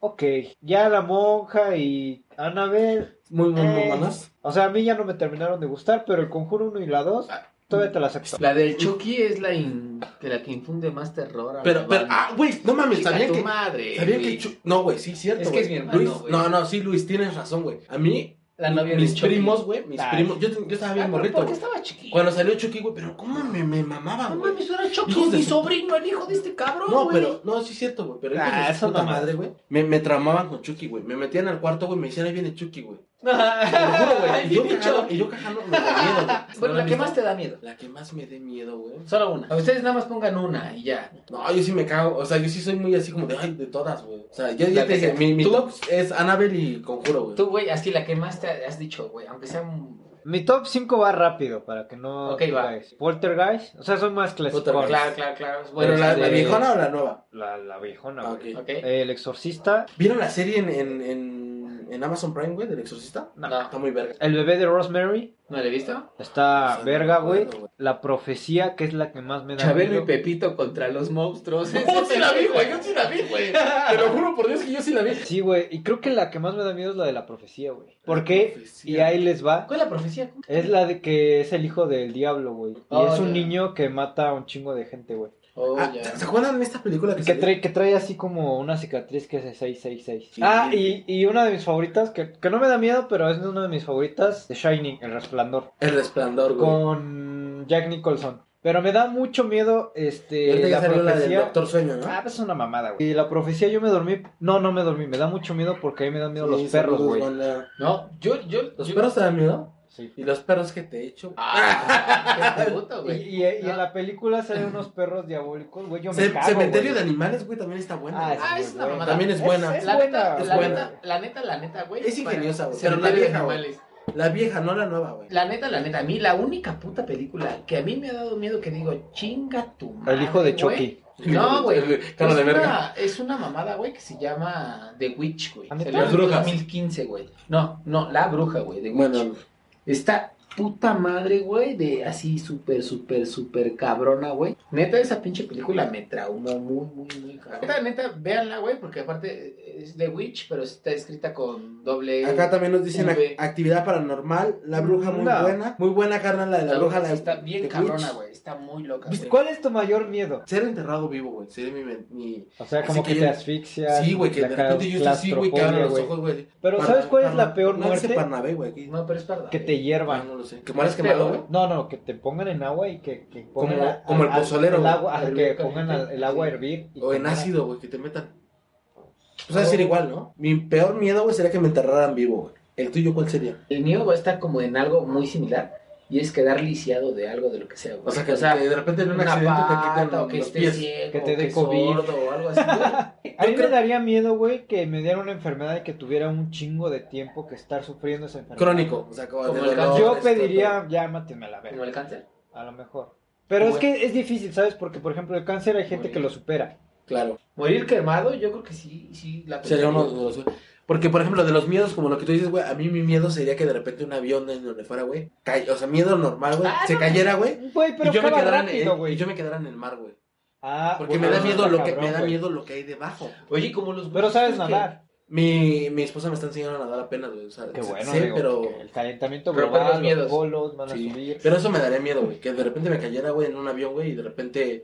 Speaker 2: ok. Ya La Monja y Annabelle.
Speaker 1: Muy, muy, muy
Speaker 2: Eh.
Speaker 1: buenas.
Speaker 2: O sea, a mí ya no me terminaron de gustar, pero El Conjuro 1 y la 2
Speaker 3: Ah.
Speaker 2: todavía te la acepto.
Speaker 3: La del Chucky es la, in- de la que infunde más terror. A
Speaker 1: Pero,
Speaker 3: la
Speaker 1: pero,
Speaker 3: banda.
Speaker 1: ah, güey, no mames,
Speaker 3: Chica,
Speaker 1: sabía
Speaker 3: tu
Speaker 1: que.
Speaker 3: madre.
Speaker 1: Sabía que.
Speaker 3: güey.
Speaker 1: Chu- No, güey, sí, cierto.
Speaker 3: Es que
Speaker 1: güey.
Speaker 3: es mi hermano,
Speaker 1: Luis-
Speaker 3: güey.
Speaker 1: No, no, sí, Luis, tienes razón, güey. A mí,
Speaker 3: La novia
Speaker 1: mis
Speaker 3: del Chucky.
Speaker 1: primos, güey, mis
Speaker 2: Ay.
Speaker 1: primos. Yo, yo estaba
Speaker 3: Ah,
Speaker 1: bien
Speaker 3: pero
Speaker 1: morrito,
Speaker 3: ¿Por qué
Speaker 1: güey.
Speaker 3: estaba chiquito?
Speaker 1: Cuando salió Chucky, güey, pero cómo me, me mamaba,
Speaker 3: No
Speaker 1: güey.
Speaker 3: mames, era Chucky,
Speaker 1: Hijos de
Speaker 3: mi
Speaker 1: su-
Speaker 3: sobrino, el hijo de este cabrón,
Speaker 1: No,
Speaker 3: güey.
Speaker 1: pero, no, sí es cierto, güey. Pero
Speaker 2: Ah,
Speaker 1: ah,
Speaker 2: eso
Speaker 1: eso puta
Speaker 2: no.
Speaker 1: madre, güey. Me, me tramaban con Chucky, güey. Me metían al cuarto, güey. Me decían, ahí viene Chucky, güey. Te lo juro, güey. Y yo cajando, y yo cajando me da miedo, güey.
Speaker 3: Bueno, la que más te da miedo.
Speaker 1: La que más me dé miedo, güey.
Speaker 3: Solo una. A ustedes nada más pongan una y ya.
Speaker 1: No, yo sí me cago. O sea, yo sí soy muy así como de, ay, de todas, güey. O sea, yo
Speaker 3: La
Speaker 1: ya te
Speaker 3: que
Speaker 1: dije,
Speaker 3: sea.
Speaker 1: mi, mi
Speaker 3: Tú-
Speaker 1: top es Annabelle y Conjuro, güey.
Speaker 3: Tú, güey, así la que más te has dicho, güey, aunque sea... un-
Speaker 2: Mi top 5 va rápido para que no.
Speaker 3: Ok, va.
Speaker 2: digáis. Poltergeist. O sea, son más clásicos.
Speaker 3: Claro, claro, claro.
Speaker 1: Pues. Pero la, la
Speaker 2: este-
Speaker 1: viejona o la nueva.
Speaker 2: La, la viejona,
Speaker 1: Ah,
Speaker 2: güey.
Speaker 1: ok.
Speaker 3: Ok.
Speaker 2: El Exorcista.
Speaker 1: ¿Vieron la serie en, en, en, en Amazon Prime, güey, del exorcista? Ah,
Speaker 2: No.
Speaker 3: No.
Speaker 1: Está muy verga.
Speaker 2: El bebé de Rosemary.
Speaker 3: ¿No la he visto?
Speaker 2: Está
Speaker 3: Ah,
Speaker 1: Sí,
Speaker 2: verga,
Speaker 1: me
Speaker 2: güey.
Speaker 1: acuerdo, güey.
Speaker 2: La profecía, que es la que más me da
Speaker 3: Chabelo y
Speaker 2: miedo.
Speaker 3: Pepito contra los monstruos.
Speaker 1: Yo sí la vi, güey. Yo sí la vi, güey. Te lo juro por Dios que yo sí la vi.
Speaker 2: Sí, güey. Y creo que la que más me da miedo es la de la profecía, güey. ¿Por qué? Y ahí les va.
Speaker 3: ¿Cuál es la profecía? ¿Cómo?
Speaker 2: Es la de que es el hijo del diablo, güey. Y
Speaker 3: Oh,
Speaker 2: es un
Speaker 3: ya.
Speaker 2: niño que mata a un chingo de gente, güey.
Speaker 3: Oh,
Speaker 1: Ah,
Speaker 3: ya.
Speaker 1: ¿Se acuerdan de esta película que
Speaker 2: Que
Speaker 1: salió?
Speaker 2: trae, que trae así como una cicatriz que es de 666.
Speaker 1: Sí.
Speaker 2: Ah, y, y una de mis favoritas, que, que no me da miedo, pero es una de mis favoritas, The Shining, El Resplandor,
Speaker 1: El resplandor, güey.
Speaker 2: con Jack Nicholson. Pero me da mucho miedo, este,
Speaker 1: Ahorita ya
Speaker 2: la
Speaker 1: salió Eh, la del
Speaker 2: profecía.
Speaker 1: Doctor Sueño, ¿no?
Speaker 2: Ah, pues es una mamada, güey. Y la profecía yo me dormí, no, no me dormí, me da mucho miedo porque a mí me dan miedo los
Speaker 1: Sí,
Speaker 2: perros,
Speaker 1: saludos,
Speaker 2: güey.
Speaker 1: banda.
Speaker 3: No, yo, yo...
Speaker 1: ¿Los
Speaker 3: yo-
Speaker 1: perros te dan miedo?
Speaker 2: Sí.
Speaker 1: ¿Y los perros que te he hecho?
Speaker 3: Ah, qué puto,
Speaker 2: Y,
Speaker 3: güey.
Speaker 2: y- y
Speaker 1: Ah.
Speaker 2: en la película salen unos perros diabólicos, güey, yo me
Speaker 1: Ce-
Speaker 2: cago,
Speaker 1: Cementerio
Speaker 2: güey.
Speaker 1: de animales, güey, también está buena.
Speaker 2: Ah,
Speaker 1: güey.
Speaker 2: es
Speaker 3: Ah,
Speaker 2: muy
Speaker 3: es una
Speaker 2: buena.
Speaker 3: mamada.
Speaker 1: También es buena.
Speaker 2: Es
Speaker 3: la
Speaker 2: buena,
Speaker 3: neta,
Speaker 1: es
Speaker 3: la
Speaker 1: buena.
Speaker 3: neta, la neta, la neta, güey.
Speaker 1: Es ingeniosa, güey,
Speaker 3: Pero
Speaker 1: pero la
Speaker 3: la
Speaker 1: vieja, güey.
Speaker 3: animales.
Speaker 1: La vieja, no la nueva, güey.
Speaker 3: La neta, la neta, a mí la única puta película que a mí me ha dado miedo que digo, chinga tu madre.
Speaker 2: El hijo de
Speaker 1: Ah,
Speaker 3: güey,
Speaker 2: Chucky.
Speaker 3: No, güey.
Speaker 1: Cara
Speaker 3: es,
Speaker 1: de verga.
Speaker 3: una, es una mamada, güey, que se llama The Witch, güey.
Speaker 6: ¿A neta?
Speaker 3: Salió en
Speaker 1: Las brujas.
Speaker 3: 2015, güey. No, no, La Bruja, güey, The Witch.
Speaker 1: Bueno,
Speaker 3: Esta puta madre, güey, de así súper, súper, súper cabrona, güey. Neta, esa pinche película me traumó muy, muy, muy. cabrón. Neta, neta, véanla, güey, porque aparte eh, es The Witch, pero está escrita con
Speaker 2: Eh,
Speaker 3: doble...
Speaker 1: acá también nos dicen ac-
Speaker 3: V.
Speaker 1: actividad paranormal, la bruja muy
Speaker 2: No.
Speaker 1: buena. Muy buena, carnal, la de la bruja. La
Speaker 3: Está bien
Speaker 1: The
Speaker 3: cabrona,
Speaker 1: Witch.
Speaker 3: güey. Está muy loca,
Speaker 2: ¿Viste?
Speaker 3: güey.
Speaker 2: ¿Cuál es tu mayor miedo?
Speaker 1: Ser enterrado vivo, güey. Sería mi... mi-
Speaker 2: O sea,
Speaker 1: Así
Speaker 2: como
Speaker 1: que
Speaker 2: que,
Speaker 1: yo-
Speaker 2: te asfixias.
Speaker 1: Sí, güey, que
Speaker 2: la
Speaker 1: de repente yo estoy así, güey, que abro los
Speaker 2: claustrofobia, güey.
Speaker 1: ojos, güey.
Speaker 2: Pero
Speaker 1: Para-
Speaker 2: ¿sabes cuál es
Speaker 1: para-
Speaker 2: la peor
Speaker 1: no, dice
Speaker 2: muerte?
Speaker 1: Parnabé, güey, aquí.
Speaker 3: No, pero es verdad. eh.
Speaker 2: Que te
Speaker 1: Ah,
Speaker 2: hiervan.
Speaker 1: no lo sé. ¿Que mueres quemado, güey?
Speaker 2: No, no, que te pongan en agua y que, que pongan
Speaker 1: Como- como el pozolero,
Speaker 2: el
Speaker 1: güey.
Speaker 2: agua, ajá,
Speaker 3: El
Speaker 2: que
Speaker 3: caliente.
Speaker 2: pongan al- el agua a hervir. y
Speaker 1: O en
Speaker 2: comer.
Speaker 1: ácido, güey, que te metan. Pues va a ser igual, ¿no? Mi peor miedo, güey, sería que me enterraran vivo, güey. ¿El tuyo cuál sería?
Speaker 3: El mío va a estar como en algo muy similar. Y es quedar lisiado de algo de lo que sea, güey.
Speaker 1: O sea, que, que de repente en un
Speaker 3: una
Speaker 1: accidente
Speaker 3: pata,
Speaker 1: te quitan
Speaker 3: o que
Speaker 1: los
Speaker 3: esté
Speaker 1: pies.
Speaker 3: ciego,
Speaker 2: Que te dé
Speaker 3: es
Speaker 2: COVID.
Speaker 3: sordo o algo así, güey.
Speaker 2: A mí
Speaker 1: Yo creo-
Speaker 2: me daría miedo, güey, que me diera una enfermedad y que tuviera un chingo de tiempo que estar sufriendo esa enfermedad.
Speaker 1: Crónico. O sea, como,
Speaker 3: Como
Speaker 1: de
Speaker 3: el
Speaker 1: dolor,
Speaker 2: Yo
Speaker 1: esto,
Speaker 2: pediría, ya mátenme a la verga,
Speaker 3: Como el cáncer.
Speaker 2: a lo mejor. Pero es
Speaker 3: Bueno.
Speaker 2: que es difícil, ¿sabes? Porque, por ejemplo, el cáncer hay gente
Speaker 3: Muy
Speaker 2: que
Speaker 3: bien.
Speaker 2: lo supera.
Speaker 1: todo. Claro.
Speaker 3: Morir quemado, yo creo que sí, sí la
Speaker 1: Sería uno de
Speaker 3: tocaría.
Speaker 1: los... Porque, por ejemplo, de los miedos, como lo que tú dices, güey, a mí mi miedo sería que de repente un avión en donde fuera, güey, cae- o sea, miedo normal, güey,
Speaker 3: Ah,
Speaker 1: se
Speaker 3: no.
Speaker 1: cayera, güey,
Speaker 2: Güey, pero
Speaker 1: y yo me
Speaker 2: acaba
Speaker 1: quedara en-
Speaker 2: rápido,
Speaker 1: y
Speaker 2: güey.
Speaker 1: yo me quedara en el mar, güey.
Speaker 2: Ah,
Speaker 1: Porque
Speaker 2: güey,
Speaker 1: me da
Speaker 2: eso
Speaker 1: miedo
Speaker 2: está
Speaker 1: lo que me
Speaker 2: cabrón,
Speaker 1: da
Speaker 2: güey.
Speaker 1: miedo lo que hay debajo.
Speaker 3: Oye, como los
Speaker 2: Pero sabes
Speaker 3: güeyes que-
Speaker 2: nadar.
Speaker 1: Mi, mi esposa me está enseñando a nadar apenas, güey. O sea,
Speaker 2: Qué bueno,
Speaker 1: sé,
Speaker 2: digo,
Speaker 1: pero,
Speaker 2: porque el calentamiento
Speaker 3: Pero
Speaker 2: global,
Speaker 3: ¿cuáles miedos?
Speaker 2: los polos van a
Speaker 1: sí.
Speaker 2: subir.
Speaker 1: pero eso me daría miedo, güey. Que de repente me cayera, güey, en un avión, güey, y de repente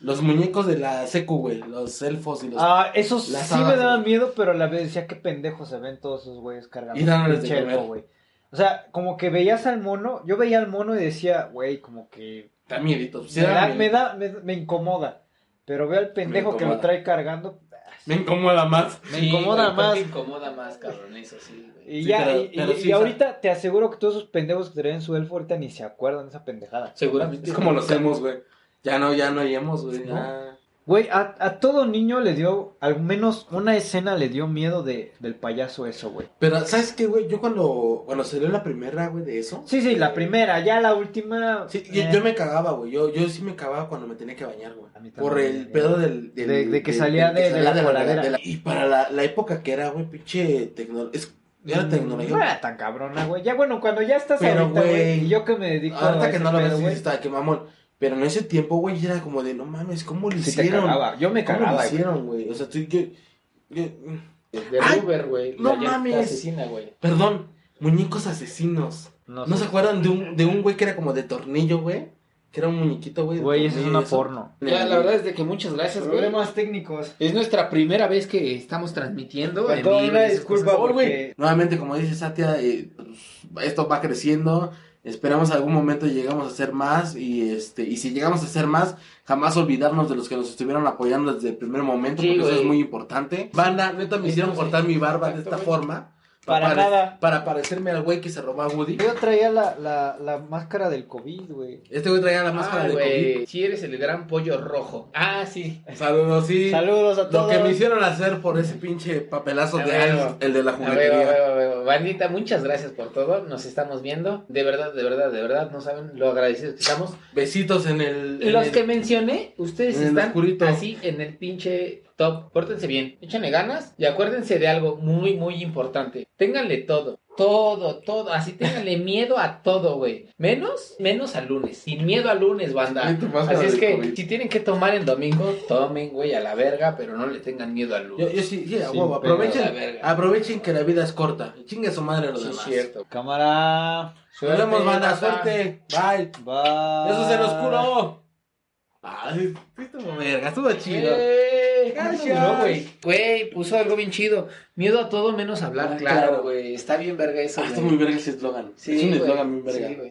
Speaker 1: los muñecos de la secu, güey, los elfos y los...
Speaker 2: Ah, esos
Speaker 1: Las
Speaker 2: sí
Speaker 1: hadas,
Speaker 2: me daban
Speaker 1: güey.
Speaker 2: miedo, pero a la vez decía qué pendejos se ven todos esos güeyes cargando
Speaker 1: Y dándoles
Speaker 2: un
Speaker 1: de
Speaker 2: pinche
Speaker 1: comer.
Speaker 2: elfo, güey. O sea, como que veías al mono, yo veía al mono y decía, güey, como que
Speaker 1: da miedito. pues, sí
Speaker 2: me,
Speaker 1: da
Speaker 2: da,
Speaker 1: miedo.
Speaker 2: me, da- me- me incomoda. Pero veo al pendejo que lo
Speaker 1: incomoda.
Speaker 2: trae cargando
Speaker 1: Me incomoda más.
Speaker 2: Me
Speaker 3: Sí,
Speaker 2: incomoda
Speaker 3: güey, creo
Speaker 2: más.
Speaker 3: que incomoda más, cabrón, eso sí, güey.
Speaker 2: y
Speaker 1: Sí,
Speaker 2: ya,
Speaker 1: pero-
Speaker 2: y, y-
Speaker 1: pero
Speaker 2: y
Speaker 1: sí, o sea-
Speaker 2: ahorita te aseguro que todos esos pendejos que traen su elfo ahorita ni se acuerdan de esa pendejada.
Speaker 3: Seguramente.
Speaker 1: Es como los hemos, güey. Ya no, ya no hemos, güey. ya.
Speaker 2: Güey, a, a todo niño le dio, al menos una escena le dio miedo de, del payaso eso, güey.
Speaker 1: Pero, ¿sabes qué, güey? Yo cuando, cuando salió la primera, güey, de eso...
Speaker 2: Sí, sí, la primera, ya la última.
Speaker 1: Sí, yo,
Speaker 2: eh.
Speaker 1: yo me cagaba, güey. Yo, yo sí me cagaba cuando me tenía que bañar, güey.
Speaker 2: A mí también,
Speaker 1: Por el
Speaker 2: güey.
Speaker 1: pedo del. del-
Speaker 2: De- de que
Speaker 1: del-
Speaker 2: salía
Speaker 1: del que
Speaker 2: de- de la coladera.
Speaker 1: Y para la, la época que era, güey, pinche tecnología. Era
Speaker 2: No
Speaker 1: tecnología.
Speaker 2: era tan cabrona, güey. Ya bueno, cuando ya estás
Speaker 1: Pero,
Speaker 2: ahorita,
Speaker 1: güey,
Speaker 2: güey. Y yo que me dedico
Speaker 1: Ahorita
Speaker 2: a
Speaker 1: que
Speaker 2: ese
Speaker 1: no lo
Speaker 2: pedo,
Speaker 1: ves,
Speaker 2: güey,
Speaker 1: está que mamón. Pero en ese tiempo, güey, era como de, no mames, ¿cómo lo
Speaker 2: sí te
Speaker 1: hicieron?
Speaker 2: cagaba. Yo me
Speaker 1: ¿Cómo
Speaker 2: cagaba,
Speaker 1: lo
Speaker 2: güey.
Speaker 1: hicieron, güey? O sea, tú, yo, yo-
Speaker 3: De
Speaker 1: Ay,
Speaker 3: Uber, güey.
Speaker 1: no
Speaker 3: la llanta
Speaker 1: mames.
Speaker 3: asesina, güey.
Speaker 1: Perdón, muñecos asesinos.
Speaker 2: No,
Speaker 1: ¿No,
Speaker 2: sé.
Speaker 1: se acuerdan de un, de un güey que era como de tornillo, güey? Que era un muñequito, güey. de
Speaker 2: Güey, esa es
Speaker 1: tornillo
Speaker 2: una
Speaker 1: y eso.
Speaker 2: porno.
Speaker 3: Ya, la verdad es de que muchas gracias, güey.
Speaker 2: técnicos.
Speaker 3: Es nuestra primera vez que estamos transmitiendo. en
Speaker 2: Perdón,
Speaker 3: vivo y
Speaker 2: una
Speaker 3: esas
Speaker 2: disculpa,
Speaker 3: cosas.
Speaker 1: favor, güey.
Speaker 2: porque-
Speaker 1: Nuevamente, como dice Satia, eh, pues, esto va creciendo. Esperamos algún momento llegamos a hacer más y este y si llegamos a hacer más, jamás olvidarnos de los que nos estuvieron apoyando desde el primer momento,
Speaker 3: Sí,
Speaker 1: porque eso
Speaker 3: güey.
Speaker 1: es muy importante. Banda, neta me hicieron
Speaker 3: Entonces,
Speaker 1: cortar mi barba de esta
Speaker 3: exacto, güey.
Speaker 1: forma.
Speaker 2: Para
Speaker 1: pare-
Speaker 2: nada.
Speaker 1: Para parecerme al güey que se robó a Woody.
Speaker 2: Yo traía la, la, la máscara del COVID, güey.
Speaker 1: Este güey traía la máscara
Speaker 3: Ah,
Speaker 1: de
Speaker 3: güey. Si eres el gran pollo rojo. Ah, sí.
Speaker 1: COVID. Saludos, sí.
Speaker 2: Saludos a
Speaker 1: Lo
Speaker 2: todos.
Speaker 1: que me hicieron hacer por ese pinche papelazo
Speaker 3: A
Speaker 1: de
Speaker 3: huevo.
Speaker 1: Alex, el de la
Speaker 3: A ver, a ver,
Speaker 1: juguetería.
Speaker 3: a ver, a ver. Bandita, muchas gracias por todo. Nos estamos viendo. De verdad, de verdad, de verdad. No saben lo agradecidos que estamos.
Speaker 1: Besitos en el. en
Speaker 3: Los
Speaker 1: el-
Speaker 3: que mencioné, ustedes
Speaker 1: en el
Speaker 3: están
Speaker 1: oscurito.
Speaker 3: así en el pinche top. Pórtense bien, échenle ganas y acuérdense de algo muy, muy importante. Ténganle todo, todo, todo. Así ténganle miedo a todo, güey. Menos, menos al lunes. Sin miedo al lunes, banda.
Speaker 1: en tu máscara
Speaker 3: Así es
Speaker 1: de
Speaker 3: que
Speaker 1: COVID.
Speaker 3: si tienen que tomar el domingo, tomen, güey, a la verga, pero no le tengan miedo al
Speaker 1: Yo,
Speaker 3: lunes.
Speaker 1: yo sí, sí, a
Speaker 2: Sin
Speaker 1: huevo,
Speaker 2: pedo.
Speaker 3: A la
Speaker 1: aprovechen,
Speaker 3: verga.
Speaker 1: aprovechen que la vida es corta. Chingue su madre los
Speaker 3: Sí, es
Speaker 1: demás.
Speaker 3: cierto.
Speaker 2: Cámara.
Speaker 1: Nos vemos, banda.
Speaker 3: banda.
Speaker 1: Suerte. Bye.
Speaker 2: Bye.
Speaker 1: Eso es el oscuro. Ay, estuvo verga, estuvo chido.
Speaker 3: Eh,
Speaker 1: Gracias.
Speaker 3: ¿cómo no, güey? Güey, puso algo bien chido. Miedo a todo menos hablar,
Speaker 1: Ah, claro.
Speaker 3: claro, güey. Está bien verga eso,
Speaker 1: Ah, está
Speaker 3: güey.
Speaker 1: muy verga ese eslogan.
Speaker 3: Sí,
Speaker 1: es un
Speaker 3: güey.
Speaker 1: eslogan muy verga.
Speaker 3: Sí, güey.